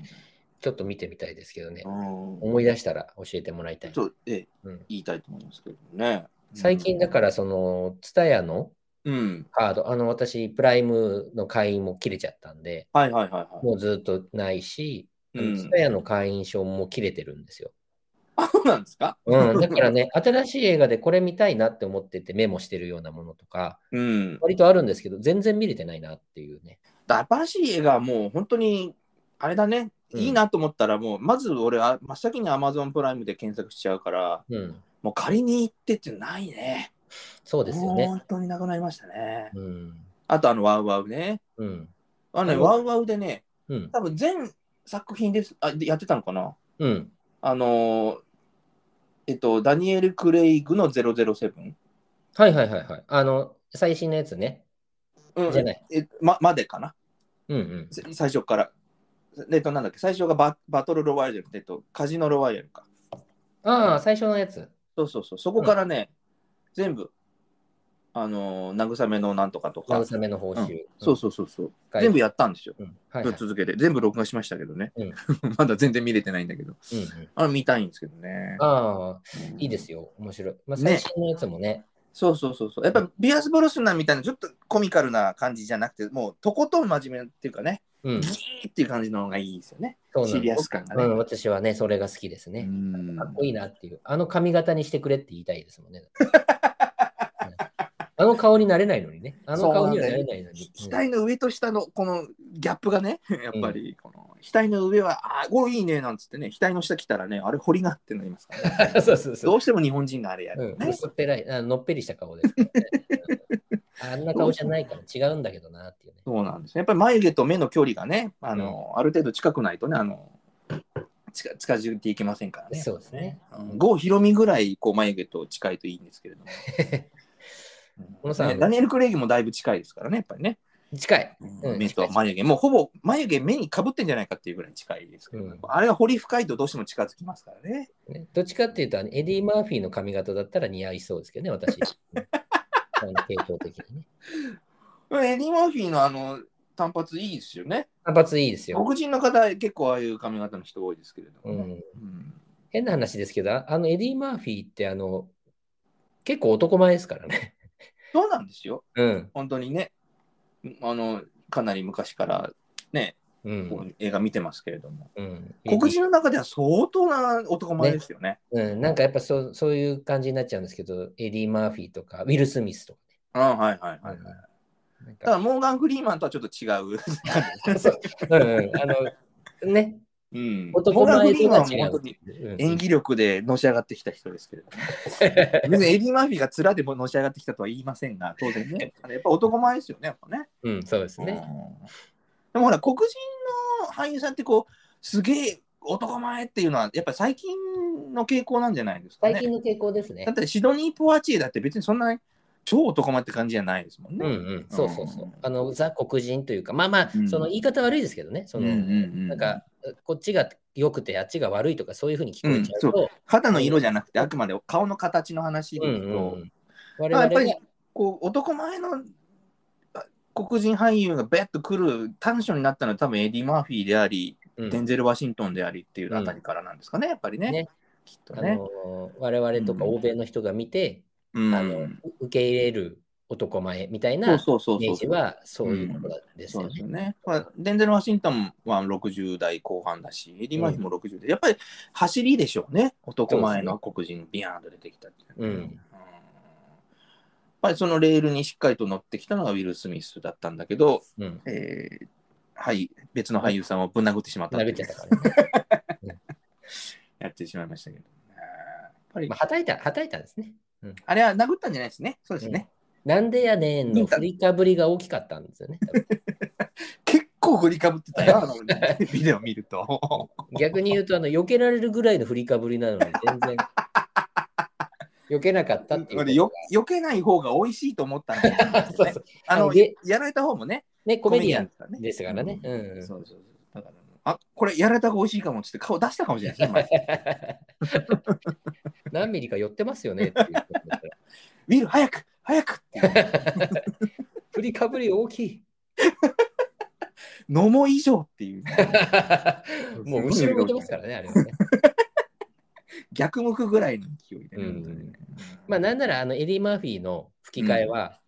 B: ちょっと見てみたいですけどね。
A: うーん
B: 思い出したら教えてもらいたい
A: ち。ょっと、ええ
B: うん
A: 言いたいと思いますけどね。、
B: 最近だからら、その、ツタヤの
A: うん。
B: カード、あの、私、プライムの会員も切れちゃったんで、
A: はいはいはいはい。
B: もうずっとないし、
A: う
B: ツ
A: ん
B: タ、ヤの会員証も切れてるんですよ。
A: あ、そうなんですか (laughs)
B: うん、だからね、新しい映画でこれ見たいなって思っててメモしてるようなものとか、
A: うん。
B: 割とあるんですけど、全然見れてないなっていうね。
A: 新しい映画はもう本当に、あれだね、
B: うん
A: いいなと思ったら、もう、まず俺は真っ先に Amazon プライムで検索しちゃうから、
B: うん、
A: もう借りに行ってってないね。
B: そうですよね。
A: 本当になくなりましたね。
B: うん、
A: あと、あの、ワウワウね。
B: うん、
A: あのね、
B: あの
A: ワウワウでね、
B: うん、
A: 多分全作品ですあでやってたのかな
B: うん。
A: あのー、えっと、ダニエル・クレイグの007。
B: はいはいはいはい。あの、最新のやつね。
A: うん
B: じゃない。
A: えままでかな
B: うんうん。
A: せ最初から。えっと、なんだっけ最初がババトルロワイヤルって、えっと、カジノロワイヤルか。
B: ああ、最初のやつ。
A: そうそうそう。そこからね、全部、あのー慰めのなんとかとか。
B: 慰めの報酬。
A: うんそうそうそうそう。
B: はい
A: 全部やったんですよ。
B: うん。はい、はい。
A: 続けて。全部録画しましたけどね。
B: うん
A: (laughs) まだ全然見れてないんだけど。
B: うんうん、
A: あれ見たいんですけどね。。
B: ああ、いいですすよ。面白い。まあ、
A: ね
B: 最新のやつもね。
A: そうそうそうそう。やっぱビアス・ボロスナみたいなちょっとコミカルな感じじゃなくて、もうとことん真面目っていうかね、
B: うん。
A: ギ
B: そ
A: ーっていう感じの方がいいですよね。
B: うなんです
A: シリアス感が
B: う
A: ね。
B: ん、私はね、それが好きです
A: う
B: ね。
A: ん
B: かっこいいなっていう。あの髪型にしてくれって言いたいですもんね。うんあの顔になれないのにね。あの顔にはなれないのに。うん
A: 額の上と下のこのギャップがね、 (laughs) やっぱりこの額の上は、あこれいいねなんつってね、額の下来たらね、あれ、堀がってなりますから、ね、
B: そうそうそう
A: ど。うしても日本人があれや
B: う
A: る、
B: ん、
A: ね
B: 薄っぺらい、あのっぺりした顔ですけど (laughs) ね、うんあんな顔じゃないから違うんだけどなっていうね。
A: そうなんですね。やっぱり眉毛と目の距離がね、あの、ある程度近くないとね、あの、近近づいていけませんからね。
B: そうですね
A: うん。郷ひろみぐらい、こう、眉毛と近いといいんですけれども。
B: このさ
A: ねダニエル・クレイグもだいぶ近いですからね、やっぱりね。
B: (laughs) 近い。うん
A: 目と眉毛、もうほぼ眉毛、目にかぶってんじゃないかっていうぐらい近いですけど、
B: うん
A: あれは彫り深いとどうしても近づきますからね。
B: ねどっちかっていうと、あのエディ・マーフィーの髪型だったら似合いそうですけどね、 (laughs) 私。うんあの傾向的にね。
A: エディ・マーフィーのあの短髪いいですよね。
B: 単発いいですよ。
A: 黒人の方、結構ああいう髪型の人多いですけれど
B: う
A: もね、う
B: ん、
A: ん
B: 変な話ですけど、ああのエディ・マーフィーってあの結構男前ですからね。
A: そうなんですよ。
B: うん。
A: 本当にね、あの、かなり昔からね、
B: う
A: こ
B: ん。
A: う映画見てますけれども、
B: うん、
A: 黒人の中では相当な男前ですよね。
B: うん、なんかやっぱそうそういう感じになっちゃうんですけど、エディ・マーフィーとか、ウィル・スミスとか
A: うん、はいはいはい。
B: ね。なん
A: ただ、
B: か
A: モーガン・フリーマンとはちょっと違
B: (laughs)
A: う。
B: そううんうんあのね、
A: うん、モ
B: 男
A: ーガン・フ
B: 前
A: リ
B: と
A: ーマン
B: は
A: はもう
B: 違う
A: 本当に
B: うん
A: 演技力でのし上がってきた人ですけれども、別にエディ・マーフィーが面でものし上がってきたとは言いませんが、当然
B: (laughs)
A: ね、あのやっぱ男前ですよね、やっぱね。
B: うん、そうです
A: うん
B: ね。
A: でもほら、黒人の俳優さんってこう、すげえ男前っていうのは、やっぱ最近の傾向なんじゃないですかね。
B: 最近の傾向ですね
A: だっ。てシドニー・ポワチエだって別にそんな超男前って感じじゃないですもん
B: うんう
A: ね。。
B: ん、そうそうそううんあの、ザ黒人というか、まあまあ
A: う、ん
B: その言い方悪いですけどね、その、
A: な
B: なんか、こっちが良くてあっちが悪いとか、そういうふうに聞こえちゃうと、
A: 肌の色じゃなくてあくまで顔の形の話で
B: うん
A: 言うと、
B: うんうん我
A: まあや
B: 々
A: っぱり
B: が
A: こう男前のあ黒人俳優がベッと来る短所になったのは多分エディ・マーフィーであり、
B: うん
A: デンゼル・ワシントンでありっていうあたりからなんですかね、やっぱりね。
B: ね
A: きっと
B: あ
A: ね。
B: の我々とか欧米の人が見て、
A: うん
B: あの受け入れる男前みたいな
A: そう
B: イ
A: そうそう
B: メ
A: そ
B: ー
A: う
B: ジはそういうことなんです
A: そ
B: よ
A: うです
B: ね
A: よ。ね。まあデンゼル・ワシントンは60代後半だし、エディ・マーフィーも60で、やっぱり走りでしょうね、男前の黒人、ビヤーンと出てきたっていうのは
B: うん
A: うんやっぱりそのレールにしっかりと乗ってきたのがウィル・スミスだったんだけど、
B: うん。
A: えーはい、別の俳優さんをぶん殴ってしまった
B: 殴っちゃったからね。 (laughs)
A: やってしまいましたけど、ねやっぱり
B: まあ、はたいた、はたいたんですね。
A: あれは殴ったんじゃないですね、そうですね。
B: なんでやねんの振りかぶりが大きかったんですよね。多分
A: 結構振りかぶってたよ、あの
B: (laughs)
A: ビデオ見ると。
B: 逆に言うと、あの、避けられるぐらいの振りかぶりなのに、全然。避けなかったっていうことが
A: 俺よ避けない方が美味しいと思ったんだよ
B: (laughs) そうそう。
A: あの
B: で
A: やられた方もね、
B: ね、コメディア
A: で
B: ン
A: すからね
B: ですからね。うんうん
A: そうそうそう。だから、あこれやられた方が美味しいかもっつって顔出したかもしれない
B: (laughs)
A: ですね。まず
B: 何ミリか寄ってますよねっていうことだから
A: ウィル、早く早くっていう
B: 振りかぶり大きい。
A: 飲もう以上って
B: (laughs)
A: いう、
B: もう後ろ向いてますからね、あれはね。
A: 逆向くぐらいの勢いでね、
B: うん
A: 本当にね
B: まあ、なんなら、あの、エディ・マーフィーの吹き替えは、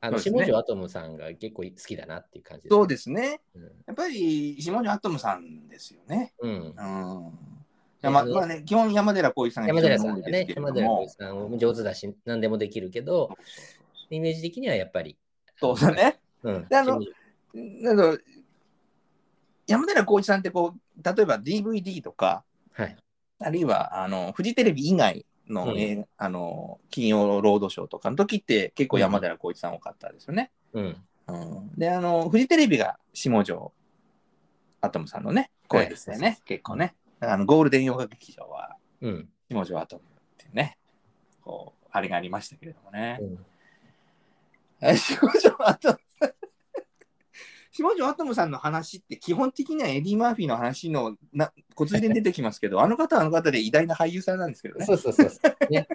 B: あの、
A: そうですね
B: 下條アトムさんが結構好きだなっていう感じですね
A: そうですね。
B: うん
A: やっぱり、下地アトムさんですよね。
B: うん
A: う。ん。まあ、まあね、基本山寺宏一さんが
B: 山
A: 一
B: 寺
A: 番
B: さ
A: 多
B: ん
A: い
B: が
A: です
B: ね
A: け、れ
B: 山
A: ど
B: 寺
A: も
B: 宏一。さんも上手だし、何でもできるけど、イメージ的にはやっぱり。
A: そうそうね。
B: うん。
A: であ
B: (laughs)
A: のなんか山寺宏一さんってこう例えば DVD とか
B: はい。
A: あるいはあのフジテレビ以外の,、
B: うん
A: えーあの金曜ロードショーとかの時って結構山寺宏一さん多かったですよね。
B: うん。
A: うん、であのフジテレビが下條アトムさんのね声ですよね、
B: はい
A: 結構ね。あのゴールデン洋楽劇場は
B: うん。
A: 下條アトムっていうねこうあれがありましたけれどもね。
B: うん
A: え (laughs) 下條アトムさん下條アトムさんの話って基本的にはエディ・マーフィーの話のな骨髄で出てきますけどあの方はあの方で偉大な俳優さんなんですけどね
B: そうそうそうそ
A: (laughs)
B: う。ね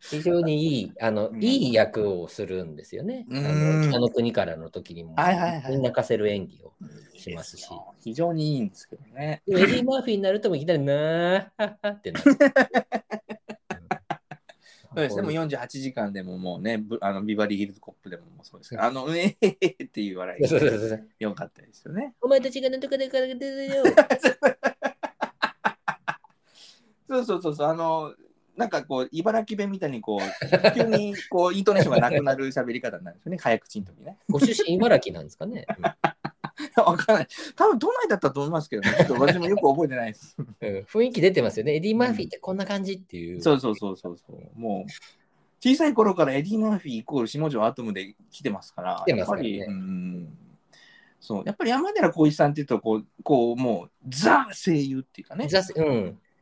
B: 非常にいい、あの
A: う、ん
B: いい役をするんですよね。あ
A: うん
B: の北の国からの時にも、
A: はいはいはい
B: みんな泣かせる演技を。しますし
A: 非常にいいんですけどね
B: でもエディ・マーフィーになるともいきなり、なーっ
A: (laughs)
B: てなる。
A: そうですねもう
B: よ
A: 48時間でももうねぶあのビバリーヒルズコップでももうそうですけどあのえへへへっていう笑い
B: そうそうそうそう。
A: よかったですよね
B: お前たちがなんとかだから出る
A: (laughs)
B: よ。
A: そうそうそうそうあのなんかこう茨城弁みたいにこう急にこうイントネーションがなくなる喋り方になるんですよね (laughs) 早口の時ね
B: ご出身、茨城なんですかね。
A: わかんない。多分都内だったと思いますけどね。ちょっと私もよく覚えてない (laughs) です。
B: うんうん雰囲気出てますよね。エディ・マーフィーってこんな感じっていう。
A: そうそうそうそうそう。もう小さい頃からエディ・マーフィーイコール下條アトムで来てますから、
B: 来てますからね
A: やっぱり、うん、そうやっぱり山寺宏一さんっていうとこうこうもうザ声優っていうかね、
B: ザスうん。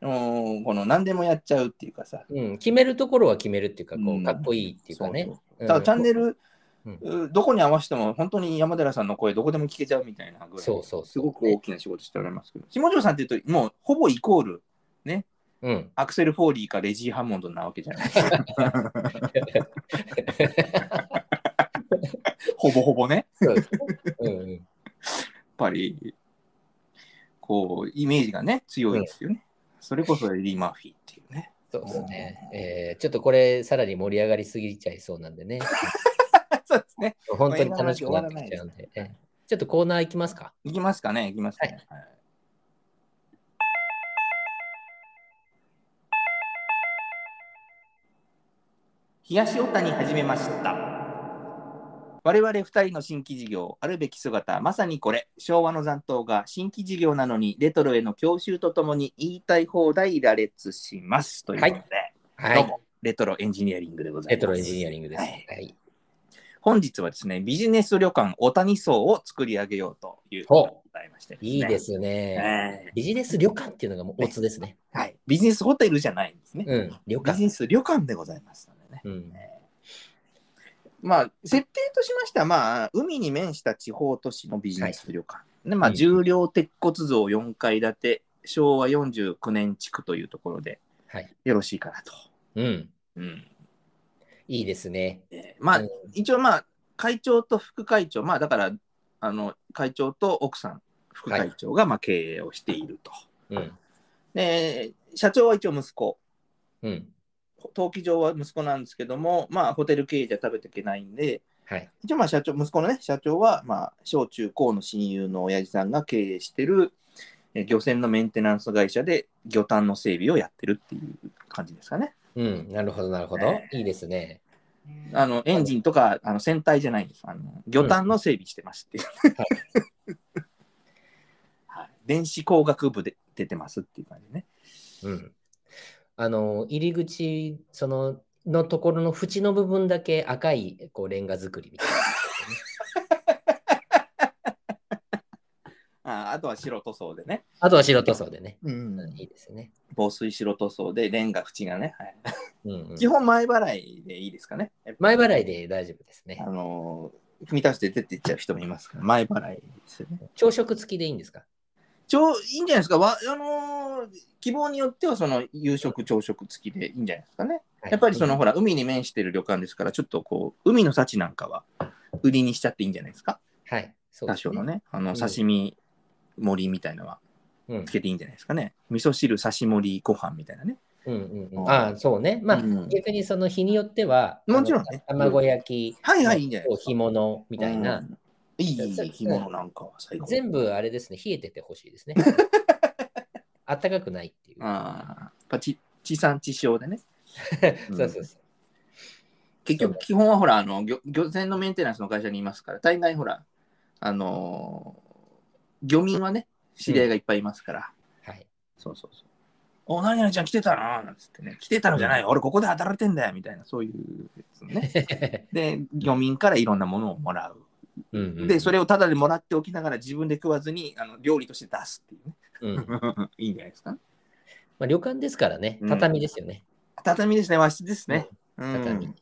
A: うんこの何でもやっちゃうっていうかさ。
B: うん、決めるところは決めるっていうか、こ
A: うん
B: う、かっこいいっていうかね
A: そう。そうただチャンネル、
B: うん
A: うどこに合わせても本当に山寺さんの声どこでも聞けちゃうみたいなぐらい
B: そうそうそう
A: すごく大きな仕事しておられますけど下條さんっていうともうほぼイコール
B: うん。
A: アクセル・フォーリーかレジー・ハンモンドなわけじゃないですか。ほぼほぼね。やっ
B: そうですねうんうん
A: ぱり、こう、イメージがね、強いですよね。それこそエディ・マーフィーっていうね。 (laughs)
B: そうですね、えーちょっとこれ、さらに盛り上がりすぎちゃいそうなん
A: (laughs)
B: でね。
A: そうですね。
B: 本当に楽しくなってきちゃうんで。えーちょっとコーナー行きますか。
A: いきますかね、いきますかね。はい東オタに始めました。我々二人の新規事業、あるべき姿、まさにこれ、昭和の残党が新規事業なのに、レトロへの郷愁とともに言いたい放題羅列します。ということで、
B: は
A: どう
B: い。
A: も、レトロエンジニアリングでございます。
B: レトロエンジニアリングです。
A: は
B: はいい。
A: 本日はですね、ビジネス旅館、オタニ荘を作り上げようという
B: ほう
A: でございまして、
B: いいで。すね。
A: ええ
B: ビジネス旅館っていうのがもうオツですね。
A: はい、ビジネスホテルじゃないんですね。
B: うん。旅
A: ビジ
B: 館。
A: ネス旅館でございますのでね。
B: うん。
A: まあ、設定としましては、まあ、海に面した地方都市のビジネス旅館。でまあ、
B: うん
A: 重量鉄骨造4階建て、昭和49年地区というところで
B: はい。
A: よろしいかなと。
B: うん。
A: うん、
B: いいですね。
A: えーまあ、
B: うん
A: 一応まあ会長と副会長まあだからあの会長と奥さん副会長がまあ経営をしていると、
B: うん。
A: で社長は一応息子
B: うん。
A: 登記上は息子なんですけどもまあホテル経営じゃ食べていけないんで
B: はい。
A: 一応まあ社長息子のね社長はまあ小中高の親友の親父さんが経営してるえー漁船のメンテナンス会社で魚探の整備をやってるっていう感じですかね
B: うん。なるほど、なるほど。いいですね。
A: あのエンジンとかあの船体じゃないんですあの魚探の整備してますっていう、はい、電子工学部で出てますっていう感じね
B: うん。あの、入り口、その、のところの縁の部分だけ赤いこうレンガ作りみたい
A: (laughs)
B: な。
A: ああとは白塗装でね、
B: あとは白塗装でね。
A: うん、
B: いいですね。
A: 防水白塗装でレンガ縁がね、はい
B: うん、うん。
A: 基本前払いでいいですかねやっぱ
B: 前払いで大丈夫ですね
A: あ。のー踏み出して出ていっちゃう人もいますから、前払いですよね。
B: 朝食付きでいいんですか
A: ちょいいんじゃないですか、わあのー希望によってはその夕食、朝食付きでいいんじゃないですかね。やっぱりその、ほら、海に面してる旅館ですから、ちょっとこう、海の幸なんかは売りにしちゃっていいんじゃないですか、
B: はい。そう
A: 多
B: です
A: 少
B: ね
A: の。ね、あ
B: うん
A: の刺身盛りみたいのは
B: うん
A: つけていいんじゃないですかね。味噌汁、刺し盛り、ご飯みたいなね。
B: うんうんうん、ああ、そうね。まあ、
A: うん
B: 逆にその日によっては、
A: もちろんね
B: あの卵焼き、
A: はいはい、いいんじゃないですか。
B: 干物みたいな、
A: うんいい干物なんかは最高。
B: 全部あれですね、冷えててほし
A: (laughs)
B: いですね。あったかくないっていう。
A: ああ、やっぱち地産地消でね。うん
B: そうそうそう。
A: 結局、
B: そうね
A: 基本はほら、あの漁漁船のメンテナンスの会社にいますから、大概ほら、あのー漁民はね、知り合いがいっぱいいますから、
B: はい。
A: そうそうそう。お、何々ちゃん来てたななんつってね、来てたのじゃないよ、俺ここで働いてんだよ、みたいな、そういうやつね。で、漁民からいろんなものをもらう。
B: うんうん
A: で、それをただでもらっておきながら、自分で食わずにあの料理として出すっていうね。
B: うんま
A: (laughs) いいんじゃないですか。
B: あ、旅館ですからね
A: う、ん
B: 畳ですよね。
A: 畳ですね、和室ですね。うん
B: 畳。うん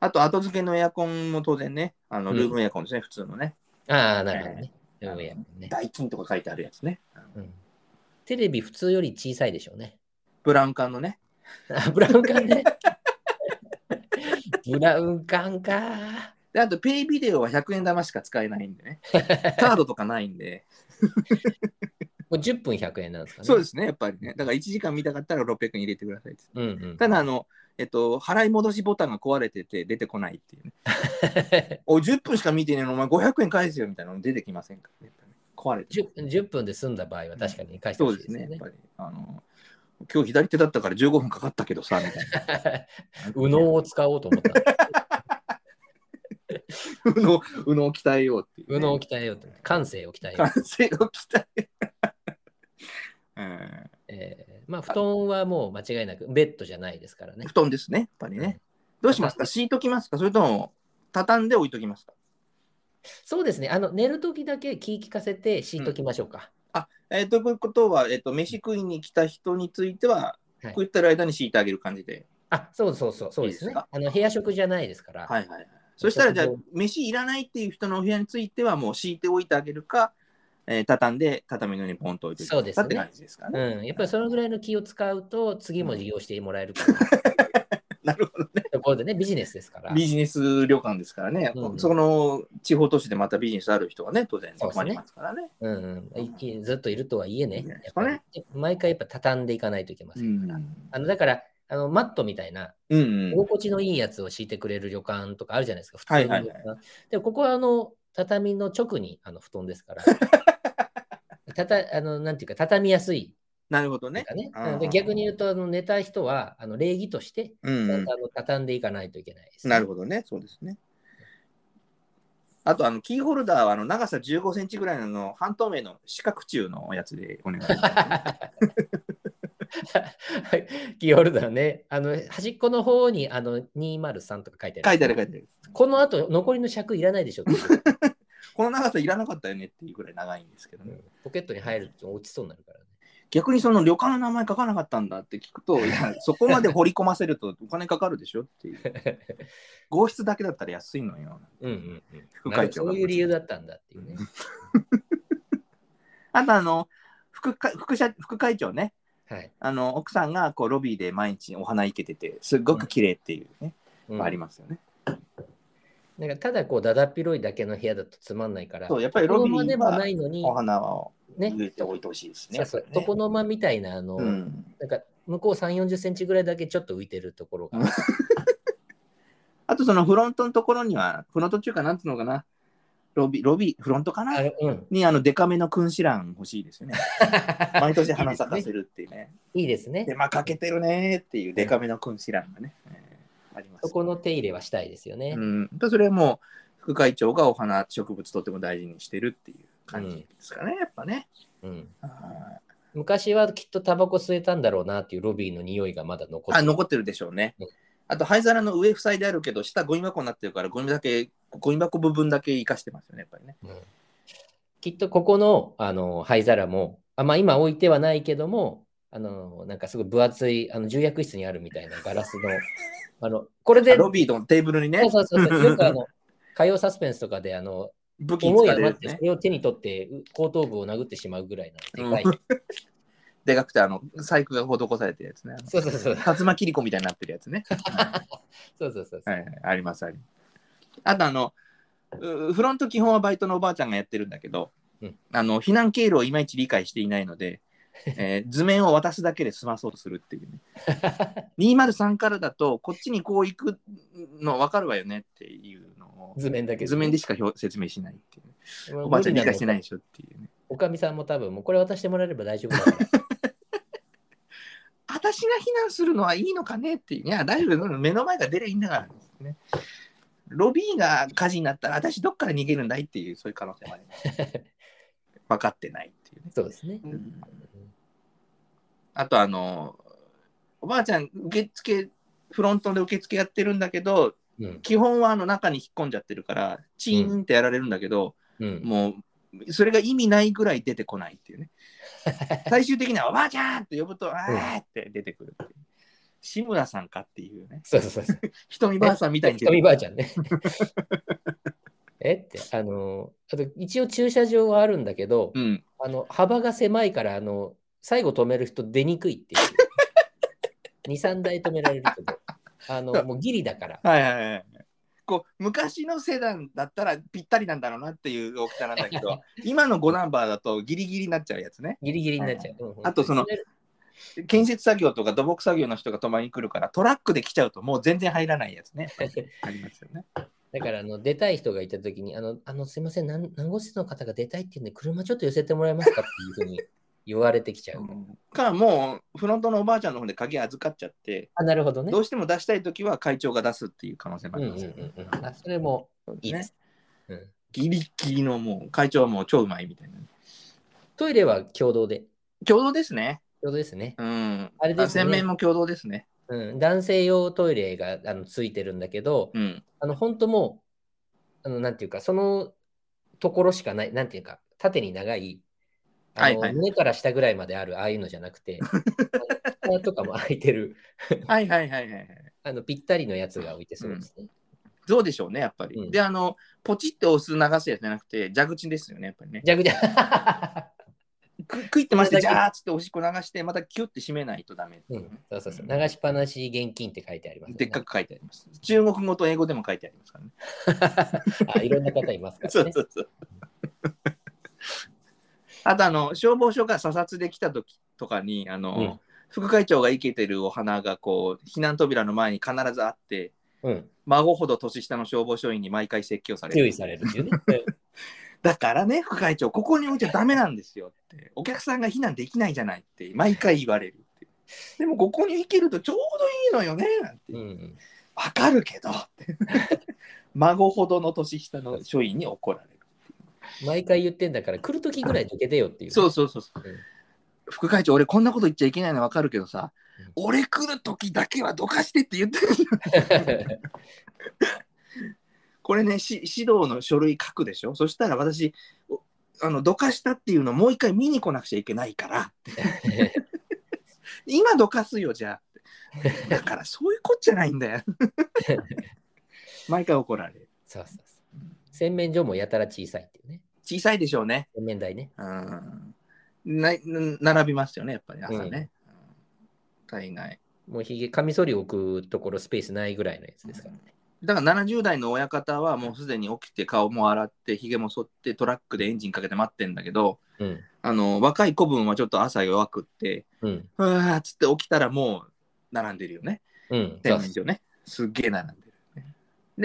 A: あと、後付けのエアコンも当然ね、あ
B: う
A: の
B: ん
A: ルームエアコンですね、普通のね。
B: ああ、なるほどね。
A: えー
B: うんいやね
A: 代金とか書いてあるやつね。
B: うんテレビ普通より小さいでしょうね。
A: ブラウン管のね。
B: あブラウン
A: (laughs)
B: 管ね。ブラウン管か。
A: で、あと、ペイビデオは100円玉しか使えないんで (laughs) ね。カードとかないんで。
B: もう10分100円なんですかね。。
A: そうですすね、やっぱりね。だから1時間見たかったら600円入れてくださいって。
B: うんうん、
A: ただ、あの、えっと、払い戻しボタンが壊れてて出てこないっていうね。
B: (laughs)
A: おい、10分しか見てねえの、お前500円返すよみたいなの出てきませんからね。やっぱね壊れてる
B: 10, 10分で済んだ場合は確かに返して
A: そ
B: ほ
A: う
B: しい
A: で
B: ですす
A: ね、やっ
B: よね。
A: ぱり。あの今日左手だったから15分かかったけどさ、みたいな。
B: (laughs) 右脳を使おうと思った。
A: 右脳、右脳を鍛えようっていうね、
B: 右脳を鍛えようと思って。感性を鍛えよう
A: 完。成を鍛え。 (laughs) うん
B: えーまあ、布団はもう間違いなく、ベッドじゃないですからね
A: 布。団ですね、やっぱりね。どうしますか敷いときますかそれとも、畳んで置いときますか
B: そうですね。あの、寝るときだけ気聞かせて敷いときましょうか。
A: えーということは、えっ、と、飯食いに来た人については、
B: はい
A: 食ってる間に敷いてあげる感じで。
B: あ、そうそうそう、そうです
A: いい
B: ね。
A: ですか
B: あの、部屋食じゃないですから。
A: はいはいはい。そしたら、じゃあ
B: 食堂、
A: 飯いらないっていう人のお部屋については、もう敷いておいてあげるか、えー畳んで、畳の上にポンと置いておいて
B: そうですね
A: って感じですかね。
B: うん、やっぱりそのぐらいの気を使うと、次も利用してもらえるから。
A: なるほどね。
B: (laughs) ところでね、ビジネスですから。
A: ビジネス旅館ですからね、
B: うん
A: そこの地方都市でまたビジネスある人はね、当然泊まりますからね。
B: うんうんいき、ずっといるとはいえね、
A: いいじゃな
B: や
A: いで
B: っ
A: すか
B: ぱ
A: ね
B: り毎回やっぱ畳んでいかないといけませ
A: うんん
B: から。あのだからあの、マットみたいな、
A: うん
B: 居
A: うん、
B: 心地のいいやつを敷いてくれる旅館とかあるじゃないですか、普通
A: は
B: の
A: い
B: 旅
A: はい
B: 館。
A: はい
B: でも、ここはあの畳の直にあの布団です
A: (laughs)
B: から。たたあのなんていうか、畳みやすい
A: なるほど
B: という
A: ね。
B: かね。
A: あー
B: うんで逆に言うと、あの寝た人はあの礼儀として、
A: う
B: ち
A: ん
B: ゃ
A: うん
B: んとあの畳んでいかないといけないです、
A: なる
B: (laughs)
A: ほどね、そうですね。あと、あのキーホルダーはあの長さ15センチぐらいの半透明の四角柱のやつでお願いします。
B: キーホルダーね、あの端っこの方にあの203とか書いて
A: 書
B: ある。
A: いてある書いてある。
B: この後残りの尺いらない
A: (laughs)
B: でしょっていう。
A: この長さいらなかったよねっていうぐらい長いんですけど
B: う
A: ね。
B: んポケットに入ると落ちそうになるからね。
A: 逆にその旅館の名前書かなかったんだって聞く (laughs) と、いやそこまで掘り込ませるとお金かかるでしょっていう。 (laughs) 合室だけだったら安いのよ。
B: うんうんうん。
A: 副会長が
B: なるほどそういう理由だったんだっていうね。
A: あとあの副会副社副会長ね、
B: はい。
A: あの奥さんがこうロビーで毎日お花いけてて、すっごく綺麗っていうね。
B: うん
A: がありますよね。
B: なんかただこうだだっ広いだけの部屋だとつまんないから、
A: そうやっぱりロ
B: ロ
A: ビ
B: まで
A: ー
B: も
A: は
B: ないのに
A: お、花を
B: ね、
A: 植えておいてほしいですね。
B: そうそう
A: やっぱ
B: 床の間みたいな、あの、
A: りねうん、
B: なんか向こう3、40センチぐらいだけちょっと浮いてるところが、
A: あとそのフロントのところには、フロント中かなんつうのかな、ロビー、ロビー、フロントか
B: あ
A: な
B: れうん、
A: にあのデカめの君子蘭欲しい (laughs) ですよね。毎年花咲かせるっていうね。
B: いいですね。
A: 手間かけてるねーっていうデカめの君子蘭がね、えーあります。
B: そこの手入れはしたいですよね。
A: うん、やっぱそれはもう副会長がお花植物とても大事にしてるっていう感じですかね、やっぱね。
B: うん
A: あー
B: 昔はきっとタバコ吸えたんだろうなっていうロビーの匂いがまだ残って
A: あ
B: る
A: 残ってるでしょうね
B: うん。
A: あと灰皿の上塞いであるけど下ゴミ箱になってるからゴミだけゴミ箱部分だけ生かしてますよねやっぱりね。
B: うんきっとここのあの灰皿も、あまあ、今置いてはないけども、あのなんかすごい分厚いあの重役室にあるみたいなガラ
A: (laughs)
B: スの、あのこれで、
A: あロビーのテーブルにね
B: そうそうそう
A: (laughs)
B: そうよくあの火曜サスペンスとかであの
A: 武器
B: 思
A: 使
B: い
A: われ
B: 余
A: る
B: っ
A: んで
B: て
A: す
B: そ
A: ね。
B: れを手に取ってう後頭部を殴ってしまうぐらいのでかい、 (laughs)
A: うでかくてあの細工が施されてるやつね。
B: そうそうそう
A: 竜巻切子みたいになってるやつね。
B: そうそうそうそう、
A: はいはい、ありますあります。あとあの、うフロント基本はバイトのおばあちゃんがやってるんだけど、
B: うん
A: あの避難経路をいまいち理解していないの
B: (laughs)
A: で、えー図面を渡すだけで済まそうとするっていうね。203からだと、こっちにこう行くの分かるわよねっていうのを、
B: 図面だけ
A: 図面でしか表説明しないっていう、ね。
B: まあ
A: おばあちゃん
B: 無
A: 理
B: 理
A: 解
B: なの
A: してないでしょっていうね。
B: おかみさんも多分もうこれ渡してもらえれば大丈夫だから
A: 私が避難するのはいいのかねっていう。いや、大丈夫、目の前が出りゃいいんだからですね。ロビーが火事になったら、私どっから逃げるんだいっていう、そういう可能性もあります。分かってないっていうね。
B: (laughs) そうですね、
A: うんあと、あの、おばあちゃん、受付、フロントで受付やってるんだけど、
B: うん
A: 基本はあの中に引っ込んじゃってるから、チーンってやられるんだけど、
B: うん、
A: もう、それが意味ないぐらい出てこないって
B: (laughs)
A: いうね。最終的には、おばあちゃんって呼ぶと、あーって出てくるっていう。志村さんかっていうね。
B: そうそうそうそう
A: ひとみばあさんみたいに出て
B: ひと
A: く
B: み
A: る。
B: ばあちゃ
A: (laughs)
B: んねえってあのあと一応駐車場はあるんだけど、
A: うん。
B: あの幅が狭いからあの最後止める人出にくいっていう (laughs) 23台止められるけど
A: (laughs)
B: あのもうギリだから
A: はいはいはい。こう昔のセダンだったらぴったりなんだろうなっていう大きさなんだけ
B: (laughs)
A: ど今の5ナンバーだとギリギリになっちゃうやつね
B: ギリギリになっちゃう、うんうん
A: あとその建設作業とか土木作業の人が泊まりに来るからトラックで来ちゃうともう全然入らないやつねありますよね
B: だからあの出たい人がいたときにあのあの、すみません、何何号室の方が出たいっていうんで、車ちょっと寄せてもらえますかっていうふうに言われてきちゃう。
A: かもうフロントのおばあちゃんの方で鍵預かっちゃって
B: あなるほどね
A: ど。うしても出したい時は会長が出すっていう可能性も
B: う
A: あ
B: んう
A: りま
B: んうん
A: すよ
B: う
A: ね
B: ん、あそれもいいです、
A: ギリギリのもう会長はもう超うまいみたいな
B: トイレは共同で。
A: 共同ですね
B: 共同ですね。
A: うん
B: あれですね
A: 洗面も共同ですね
B: うん、男性用トイレがあのついてるんだけど、
A: うん
B: あの本当もうあの、なんていうか、そのところしかない、なんていうか、縦に長い、あの
A: はいはい
B: 胸から下ぐらいまである、ああいうのじゃなく
A: (laughs)
B: て、あの下とかも空いてる、
A: はいはいはいはいはい
B: あのぴったりのやつが置いてそうですね。
A: そうでしょうね、やっぱり。
B: うん
A: で、あの、ポチって押す流すやつじゃなくて、蛇口ですよね、やっぱりね。
B: じゃぐじゃ。 (laughs)
A: く食いってまして、
B: それ
A: じ
B: だけ
A: ゃーっつっておしっこ流して、またキュッて閉めないとダメって
B: う
A: いうね
B: ん、そうそうそう。流しっぱなし現金って書いてあります、ね。
A: でっかく書いてあります。中国語と英語でも書いてありますからね。
B: あ。いろんな方いますか
A: (laughs) そ
B: ら
A: う
B: ね。
A: そうそう。あと、あの、消防署が査察で来た時とかに、あの、
B: うん
A: 副会長が生けてるお花が、こう、避難扉の前に必ずあって、
B: うん、
A: 孫ほど年下の消防署員に毎回説教され
B: 注
A: る
B: 意。されるっていうね。
A: だからね、副会長、ここに置いちゃダメなんですよって、お客さんが避難できないじゃないって、毎回言われるって。でも、ここに行けるとちょうどいいのよね、なんて
B: う。ん、
A: わかるけどって。 (laughs) 孫ほどの年下の署員に怒られる。
B: 毎回言ってんだから、来るときぐらいどけてよっていう。
A: そうそうそうそう
B: うん。
A: 副会長、俺こんなこと言っちゃいけないのわかるけどさ
B: うん、
A: 俺来る時だけはどかしてって言ってる。 (laughs)
B: (laughs)
A: これね、し指導の書類書くでしょそしたら私、おあの、どかしたっていうのもう一回見に来なくちゃいけない
B: (laughs)
A: から。今どかすよじゃあだからそういうこっちゃないんだ
B: (laughs)
A: よ毎回怒られる
B: そうそうそう。洗面所もやたら小さいっていうね。
A: 小さいでしょうね
B: 洗面台ね。
A: うんなな並びますよねやっぱり朝ね、うん大概
B: もうひげ、カミソリ置くところスペースないぐらいのやつですからね。
A: だから70代の親方はもうすでに起きて顔も洗ってひげも剃ってトラックでエンジンかけて待ってんだけど
B: うん。
A: あの若い子分はちょっと朝弱くって
B: うん。
A: うわーっつって起きたらもう並んでるよね
B: うん。
A: 洗面所ねすっげえ並んでるよ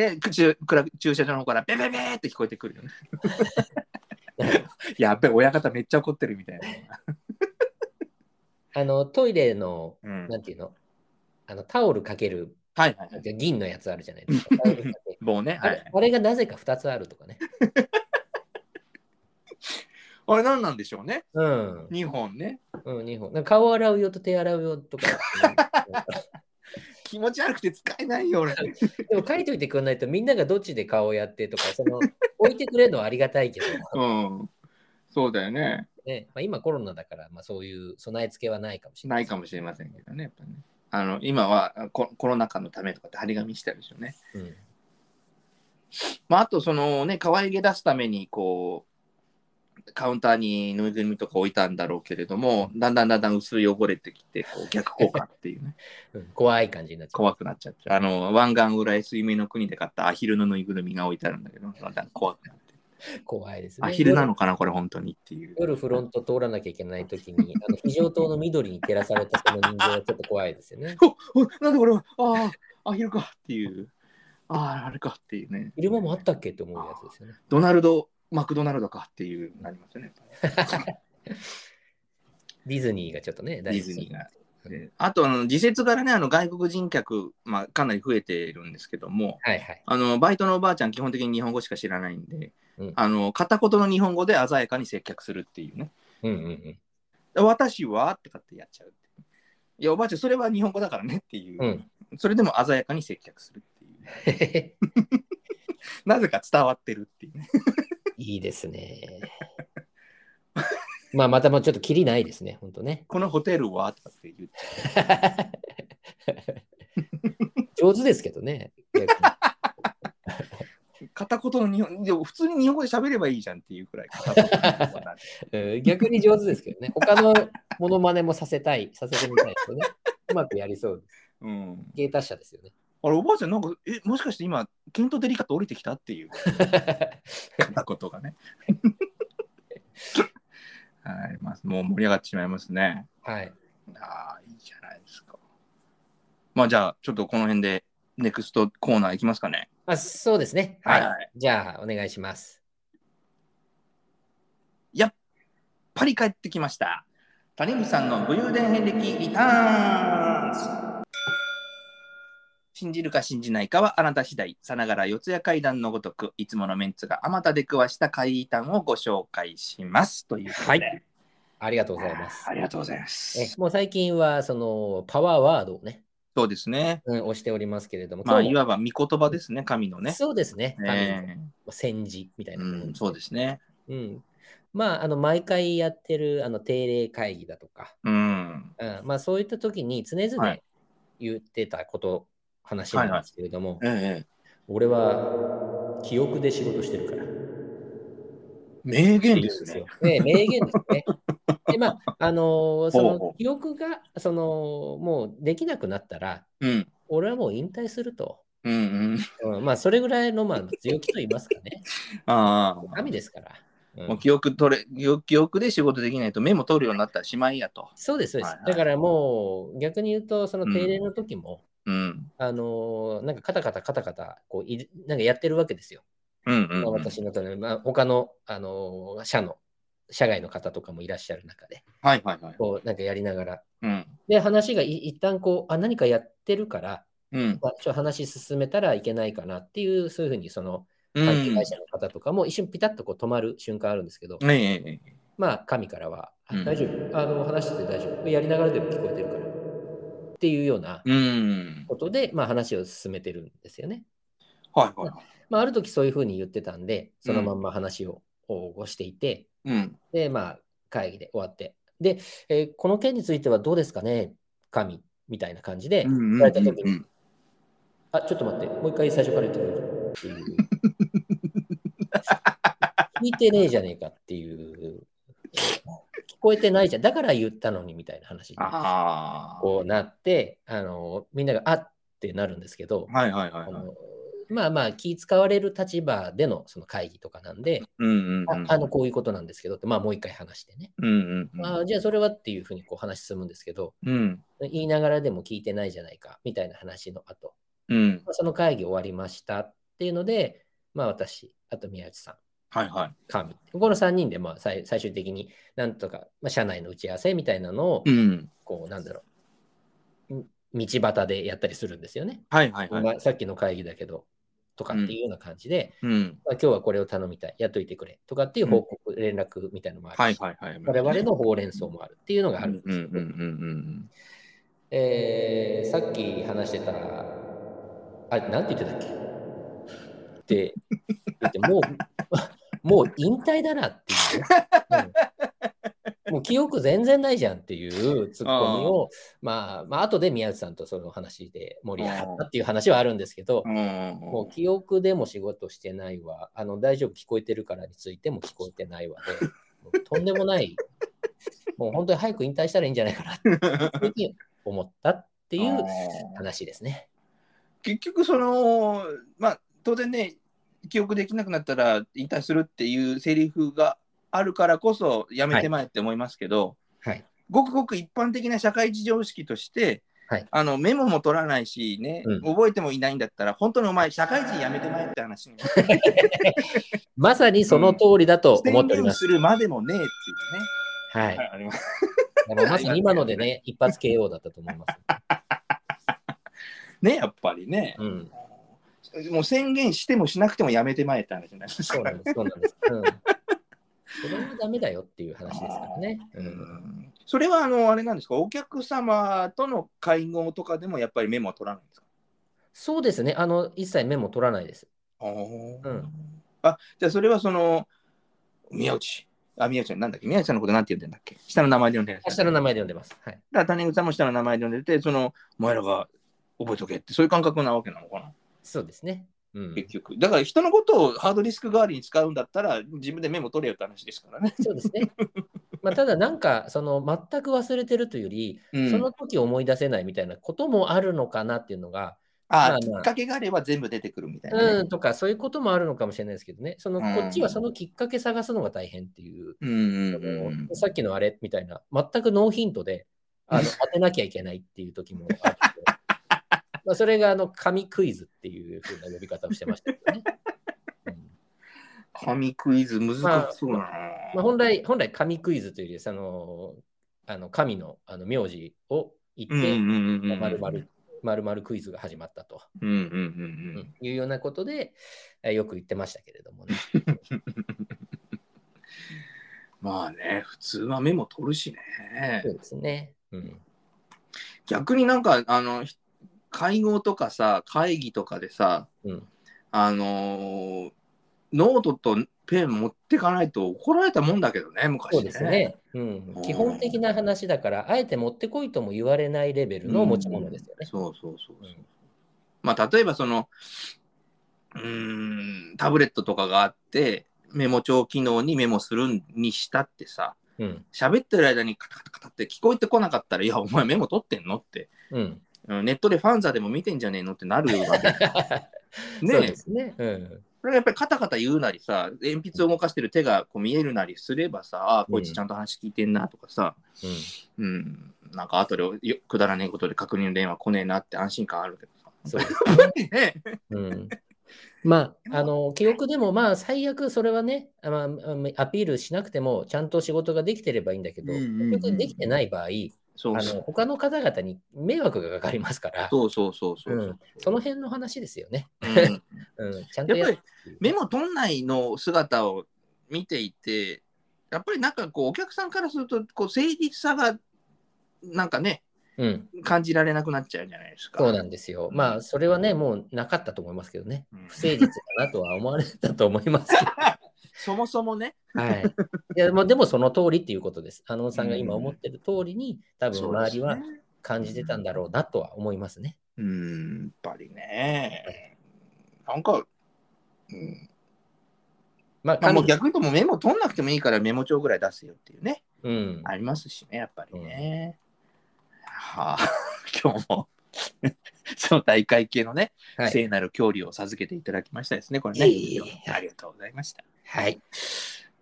A: ねで駐暗駐車場の方からベベベーって聞こえてくる (laughs) よねやっべ親方めっちゃ怒ってるみたい
B: あの、トイレの、
A: な、うん、はい
B: なんていうのあの、タオルかける、
A: はいはい
B: 銀のやつあるじゃな
A: (laughs)
B: いですか。タオルかける
A: 棒ね
B: あ
A: は
B: れ
A: い
B: あれがなぜか2つあるとかね。
A: あれ何なんでしょうね
B: うん。
A: 2本ね
B: うん、2本。なんか顔洗うよと手洗うよとか。
A: (laughs) 気持ち悪くて使えないよ俺
B: でも書いといてくんないとみんながどっちで顔やってとか、その置いてくれるのはありがたいけど、
A: うんそうだよね。
B: ねまあ、今コロナだから、まあ、そういう備え付けはないかもしれな。
A: ないいかもしれませんけどね。やっぱねあの今はあココロナ禍のためとかって張り紙してあるでしょうね。
B: うん
A: まあ、あとそのね可愛げ出すためにこうカウンターにぬいぐるみとか置いたんだろうけれどもだんだんだんだん薄い汚れてきてこう逆効果っていうね (laughs)
B: うん怖い感じになっちゃう。
A: 怖くなっちゃってあの湾岸浦安夢の国で買ったアヒルのぬいぐるみが置いてあるんだけどだんだん怖くなって
B: 怖いですね。
A: アヒルなのかなこれ本当にっていう。
B: 夜夜フロント通らなきゃいけないときに、あの非常灯の緑に照らされたその人形はちょっと怖いですよね。
A: おおなんでこれはああアヒルかっていうあああれかっていうね。
B: 昼間もあったっけって思うやつですよね。
A: ドナルド、マクドナルドかっていうなりますよね。
B: ディズニーがちょっとね、
A: デ
B: 大
A: ィ
B: 好き
A: ズニーが。であとあの、時節からね、あの外国人客、まあ、かなり増えているんですけども、
B: はいはい。
A: あのバイトのおばあちゃん、基本的に日本語しか知らないんで、
B: うん
A: あの片言の日本語で鮮やかに接客するっていうね。
B: うんうんうん。
A: 私はとかってやっちゃうっていう。いや、おばあちゃん、それは日本語だからねっていう、
B: うん (laughs)
A: それでも鮮やかに接客するっていう。なぜか伝わってるっていうね。
B: いいですね。まあまたもうちょっとキリないですね、本当ね。 (laughs)
A: このホテルはとかって言っちゃ
B: 上手ですけどね。逆に
A: う。片言の日本、でも普通に日本語で喋ればいいじゃんっていうくらい片言の日本語なんで
B: うん逆に上手ですけどね。他のモノマネもさせたい、させてみたいですよね。うまくやりそうです。
A: うん、
B: 芸達者ですよね。
A: あれおばあちゃんなんかえもしかして今ケント・デリカット降りてきたっていう片言がね (laughs) はい、まあ、もう盛り上がってしまいますね
B: (laughs) はい。
A: ああいいじゃないですかまあじゃあちょっとこの辺でネクストコーナーいきますかね
B: あそうですね。はい。
A: はい
B: じゃあ、お願いします。
A: やっぱり帰ってきました谷口さんの武勇伝遍歴リターンズ信じるか信じないかはあなた次第さながら四谷怪談のごとくいつものメンツがあまた出くわした怪談をご紹介しますということで、
B: はいありがとうございます。
A: ありがとうございま
B: え
A: す
B: もう最近は、その、パワーワードをね、
A: そうですね
B: うん、押しておりますけれども、
A: まあ
B: 今
A: い
B: 日も
A: わば御言葉ですね神のね
B: そうですね。神の
A: え
B: 戦時みたい
A: え
B: な、
A: うん、そうですね
B: うん。まあ、あの、毎回やってる、あの、定例会議だとか、
A: うん
B: うんまあそういった時に常
A: は
B: 々
A: い
B: 言ってたこと、話なんですけれども、
A: ええ
B: 俺は記憶で仕事してるから。
A: 名言ですね。
B: ね名言ですね。で、まあ、あのーそ
A: ほうほ
B: の
A: う
B: 記憶が、その、もうできなくなったら、
A: うん
B: 俺はもう引退すると。
A: うんうん
B: うん、まあ、それぐらいの、まあ、強気と言いますか
A: (laughs)
B: ね。
A: ああ
B: 神ですから。うん
A: もう記憶取れ記憶記憶で仕事できないとメモ取るようになったらしまいやと。
B: そうです、そうです
A: はいは。い
B: だからもう、逆に言うと、その定例の時も、
A: うん。
B: あのーなんかカタカタカタカタ、こうい、なんかやってるわけですよ。
A: うんうん、
B: ま
A: うん。
B: あ、私の隣、まあ、他の、あのー社の、社外の方とかもいらっしゃる中で、
A: はいはいはい。
B: こう、なんかやりながら。
A: うん。
B: で、話がい一旦こう、あ、何かやってるから、
A: うん。
B: まあ、ちょっと話進めたらいけないかなっていう、そういうふうに、その、
A: う
B: 関係
A: ん
B: 会。社の方とかも一瞬ピタッとこう止まる瞬間あるんですけど、
A: ねえええ。
B: まあ、神からは、あ
A: うん
B: 大丈夫、あの、話してて大丈夫、やりながらでも聞こえてるから、っていうような
A: うん。
B: ことで、まあ、話を進めてるんですよね。
A: はいはいはい。
B: まあ、ある時そういうふうに言ってたんで、そのまんま話を、こうしていて、
A: うん。
B: で、まあ、会議で終わって。で、えーこの件についてはどうですかね、神みたいな感じで、
A: うんうん
B: 言
A: う
B: わ
A: ん
B: れた時
A: う
B: に、
A: ん。
B: あ、ちょっと待って、もう一回最初から言ってくれるっていう。
A: (laughs)
B: 聞いてねえじゃねえかっていう。こえてないじゃん。だから言ったのにみたいな話に
A: ああ。
B: こうなって、あのみんながあってなるんですけど、
A: はいはいはいは
B: あ
A: い。
B: のまあまあ気使われる立場でのその会議とかなんで、
A: うんうんう
B: あ
A: ん。
B: あのこういうことなんですけどって、まあもう一回話してね。
A: うんうんうん。
B: あじゃあそれはっていうふうにこう話進むんですけど、
A: うん
B: 言いながらでも聞いてないじゃないかみたいな話の後、
A: うん。
B: まあその会議終わりましたっていうので、まあ私、あと宮内さん、
A: はいはい。
B: 神、この3人でまあ最最終的になんとか、まあ、社内の打ち合わせみたいなのを、
A: うん。
B: こうなんだろう、み道端でやったりするんですよね。
A: はいはいはい。
B: まあ、さっきの会議だけどとかっていうような感じで、
A: うん。
B: まあ、今日はこれを頼みたい、やっといてくれとかっていう報告、連絡みたいなのもあ
A: は
B: る
A: い
B: し、
A: はいはい。
B: 我々のほうれん草もあるっていうのが
A: う
B: あるん
A: んう
B: です
A: ん
B: よ、
A: うんうん
B: えーさっき話してた、あ、なんて言ってたっけって言って、もう、もう (laughs) 引退だなっていう、うんもう記憶全然ないじゃんっていうツッコミを、まあ、まあ後で宮内さんとその話で盛り上がったっていう話はあるんですけど
A: う、ん。
B: もう記憶でも仕事してないわ、あの大丈夫聞こえてるからについても聞こえてないわ
A: (laughs)
B: で、もうとんでもない、もう本当に早く引退したらいいんじゃないかなっていうふうに思ったってい
A: あ
B: う
A: ー
B: 話ですね。
A: 結局そのまあ当然ね記憶できなくなったら引退するっていうセリフがあるからこそやめてまえって思いますけど、
B: はい。
A: ごくごく一般的な社会事情識として、
B: はい
A: あのメモも取らないしね、
B: うん
A: 覚えてもいないんだったら本当にお前社会人やめてまえって話に
B: まさ (laughs) にその通りだと思
A: 宣
B: っており
A: 言
B: ます。
A: するまでもねえっていう
B: は
A: ね、。
B: い
A: はい、あります (laughs)
B: あのまさに今のでね、一発 KO だったと思います。
A: ねやっぱりね、 (laughs)
B: うん。
A: もう宣言してもしなくてもやめてまえって話になります
B: そ
A: か
B: うな
A: ら
B: んです。そうなんです。うん。それはダメだよっていう話ですからね。う。
A: うんんそれはあのあれなんですかお客様との会合とかでもやっぱりメモは取らないんですか
B: そうですね。あの、一切メモ取らないです。ん
A: あじゃあそれはその宮内あ宮内さんなんだっけ宮内さんのことなんて言ってんだっけ下の名前で呼んでるんで
B: 明
A: す
B: 日
A: か
B: の名前で呼んでます。はい。
A: だから谷口さんも下の名前で呼んでてそのお前らが覚えとけってそういう感覚なわけなのかな、
B: そうですね。うん。
A: 結局だから人のことをハードディスク代わりに使うんだったら自分でメモ取れよって話ですからね、
B: そうですね。まあ、ただ、なんか、その、全く忘れてるというより、
A: うん
B: その時思い出せないみたいなこともあるのかなっていうのが、
A: あ
B: まあ
A: きっかけがあれば全部出てくるみたいなね、
B: うん、とか、そういうこともあるのかもしれないですけどね、その、
A: うん
B: こっちはそのきっかけ探すのが大変っていう、
A: うんうんうん
B: さっきのあれみたいな、全くノーヒントで、あの、当てなきゃいけないっていう時もあって、 (laughs) まあそれが、あの、紙クイズっていうふうな呼び方をしてましたけど
A: (laughs)
B: ね。うん
A: 紙クイズ難しそうだな、
B: まあ、本来、本来、神クイズというより、その、あの神のあの名字を言
A: うんうんうん
B: っ
A: うんう
B: て、
A: ん
B: まるまる、まるまるクイズが始まったと、
A: うんうんうんうん
B: いうようなことで、えーよく言ってましたけれど
A: (laughs)
B: もね。
A: まあね普通はメモ取るしね
B: そうですね。うん。
A: 逆になんかあのひ会合とかさ会議とかでさ
B: うん、
A: あのーノートとペン持ってかないと怒られたもんだけどね昔ね
B: そうですね、うん。基本的な話だから、あえて持ってこいとも言われないレベルの持ち物ですよね。
A: そうそうそうそう、
B: うん
A: まあ例えばそのうーんタブレットとかがあってメモ帳機能にメモするにしたってさ
B: うん。
A: 喋ってる間にカタカタカタって聞こえてこなかったら「いやお前メモ取ってんの?」って
B: うん。
A: うんネットでファンザでも見てんじゃねえのってなる (laughs) わけ
B: (laughs) そう
A: ねえ
B: ですね。うん。
A: それがやっぱりカタカタ言うなりさ鉛筆を動かしてる手がこう見えるなりすればさああこいつちゃんと話聞いてんなとかさ、
B: うん
A: うんなんか後でよくだらねえことで確認の電話来ねえなって安心感あるけどさ
B: そ
A: (laughs)
B: うです
A: やっぱりね
B: うんま
A: (laughs)
B: あ、あの記憶でも、まあ、最悪それはね、あまああアピールしなくても、ちゃんと仕事ができてればいいんだけど、
A: うんうんうん
B: 結局できてない場合、
A: そう
B: あ
A: そ
B: の
A: う
B: 他の方々に迷惑がかかりますから、
A: そうそうそうそう、
B: うんその辺の話ですよね。
A: うん
B: うん、ちゃんと
A: やっぱりメ
B: モ
A: モ取んないの姿を見ていてやっぱりなんかこうお客さんからするとこう誠実さがなんかね
B: うん、
A: 感じられなくなっちゃうじゃないですか。
B: そうなんですよ。まあ、それはね、もうなかったと思いますけどね。
A: うん
B: 不誠実だなとは思われたと思
A: (laughs)
B: いますけど。
A: そもそもね、
B: はい、いやまあでもその通りっていうことです。あのさんが今思ってる通りに、多分
A: そうで
B: 周
A: す
B: り
A: ね
B: は感じてたんだろうなとは思いますね。
A: うーん、やっぱりね。なんか、うん、
B: まあ、
A: まあ、もう
B: 神
A: 逆に言うともうメモ取んなくてもいいからメモ帳ぐらい出すよっていうね。
B: うん。
A: ありますしね、やっぱりね。はあ、 (laughs) 今日も、 (laughs) その大会系のね、
B: はい
A: 聖なる教理を授けていただきましたですね、これね。
B: いえいえいえ
A: ありがとうございました。
B: はい。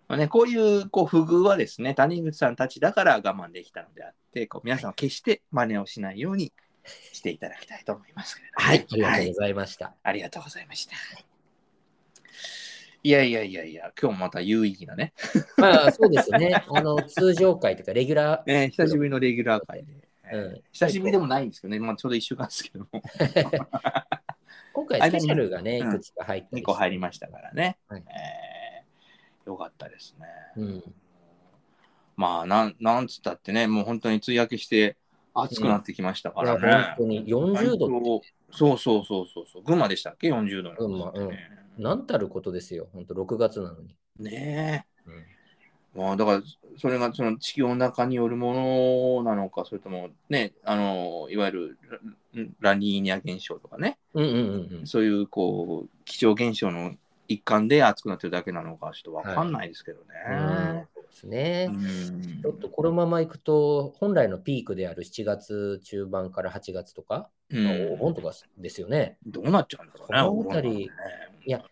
A: まあね、こういうこう不遇はですね、谷口さんたちだから我慢できたのであって、こう皆さんは決して真似をしないようにしていただきたいと思いますけれども
B: はい。ありが
A: は
B: とうご
A: い、
B: ざいました。
A: ありがとうございました。いやいやいやいや、今日もまた有意義なね、
B: まあ、そうですね。あの、通常回とか、レギュラー。
A: ね久しぶりのレギュラー会で。
B: うん、
A: 久しぶりでもないんですけどね、まあ、ちょうど1週間ですけども、 (laughs)
B: 今回スペシャルがね、い
A: 間に
B: くつか入って
A: 2個入りましたからね。
B: はい
A: えーよかったですね。
B: うん。
A: まあなん、なんつったってね、もう本当に梅雨明けして暑くなってきましたか
B: いや、
A: らね。
B: 本当に40度って
A: 度そうそうそうそうそう。群馬でしたっけ ?40 度
B: 群馬何たることですよ。本当6月なのに。
A: ね
B: うん
A: え。まあだから、それがその地球温暖化によるものなのか、それともね、あの、いわゆるララニーニャ現象とかね、
B: うんうんうんうん。
A: そういうこう、気象現象の一環で暑くなってるだけなのか、ちょっとわかんないですけど
B: うん
A: ね。
B: そうですね。
A: うん
B: ちょっとこのままいくと、本来のピークである7月中盤から8月とか、
A: うん
B: お盆とかですよね。
A: どうなっちゃうんだろうね。
B: この辺り
A: お盆なんてね
B: いや、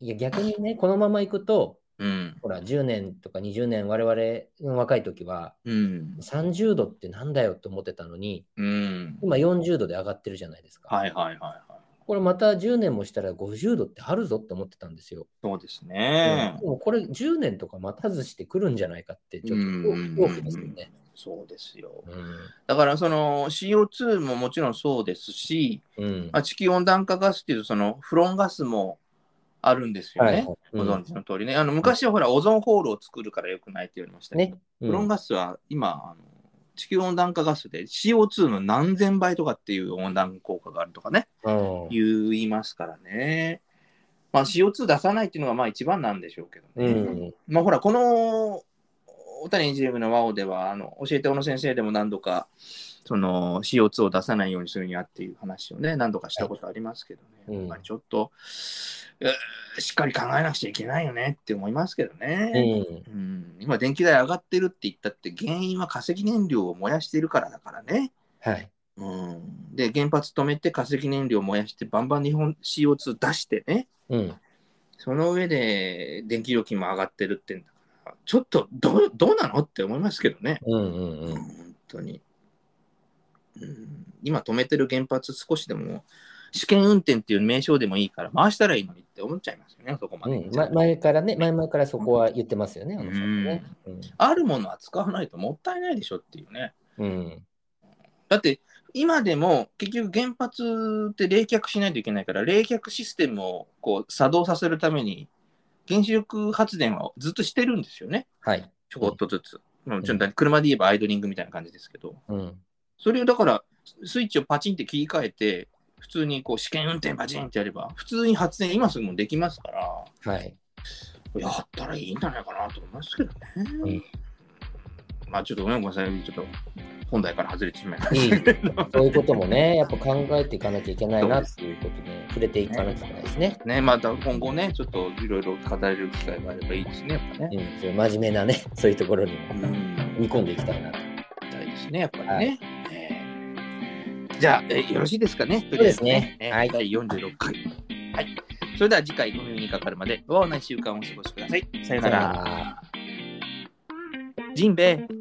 B: いや逆にね、このままいくと、
A: うん。
B: ほら、10年とか20年、我々の若い時は、
A: うん。
B: 30度ってなんだよって思ってたのに、
A: うん。
B: 今40度で上がってるじゃないですか。
A: はいはいはいはい。
B: これまた10年もしたら50度ってあるぞって思ってたんですよ。
A: そうですね。
B: でもこれ10年とか待たずしてくるんじゃないかって、ちょっと
A: うん
B: 恐怖ですよね。
A: そうですよ。
B: うん
A: だからその CO2 ももちろんそうですし、
B: うん。
A: まあ、地球温暖化ガスっていうとそのフロンガスもあるんですよね。
B: はい
A: ご存知の通りね。あの昔はほらオゾンホールを作るから良くないって言われましたけど、
B: ね。
A: フロン
B: が、
A: ガスは今あの地球温暖化ガスで CO2 の何千倍とかっていう温暖効果があるとかね。
B: うん
A: 言いますからね。まあ CO2 出さないっていうのがまあ一番なんでしょうけど
B: う
A: ね。
B: ん。
A: まあほら、この小谷エンジニアリングの和尾では、あの教えて小野先生でも何度か、その CO2 を出さないようにするにはっていう話をね、何度かしたことありますけどね。
B: はいう
A: やっ
B: ん
A: ぱりちょっと、うーしっかり考えなくちゃいけないよねって思いますけどね。う
B: うん
A: ん、今、電気代上がってるって言ったって、原因は化石燃料を燃やしているからだからね。
B: はい。
A: うん、で原発止めて化石燃料燃やしてバンバン日本 CO2 出してね
B: うん。
A: その上で電気料金も上がってるってんだからちょっとどうどうなのって思いますけどね、
B: うんうんう
A: うん、
B: ん。
A: 本当に、うん、今止めてる原発少しでも試験運転っていう名称でもいいから回したらいいのにって思っちゃいますよねそこま
B: う
A: で、
B: ん、ま前からね、前々からそこは言ってますよね、あのさんね。うん
A: あるものは使わないともったいないでしょっていうね、
B: うん。
A: だって今でも結局原発って冷却しないといけないから冷却システムをこう作動させるために原子力発電はずっとしてるんですよね
B: はい。
A: ちょこっとずつ、うん、ちょっと車で言えばアイドリングみたいな感じですけど
B: うん。
A: それをだからスイッチをパチンって切り替えて普通にこう試験運転パチンってやれば普通に発電今すぐもできますから (laughs)
B: はい。
A: やったらいいんじゃないかなと思いますけどね、
B: うん
A: まあちょっとごめんなさいちょっと本題から外れてしまいました
B: いい。そういうこともね、やっぱ考えていかなきゃいけないなっていうことで、触れていかなきゃいけないですね。
A: ね、また今後ね、ちょっといろいろ語れる機会があればいいですね、やっぱね。
B: うん、そういう真面目なね、そういうところにも
A: うん、
B: 煮込んでいきたいなと。
A: みたいですね、やっぱりね。えーじゃあ、えーよろしいですかね。
B: そうですね
A: とりあ
B: は
A: え
B: い
A: ずねえー第46回。はい。それでは次回、お耳にかかるまで、和をない習慣をお過ごしください。さよなら。
B: ら。
A: ジンベエ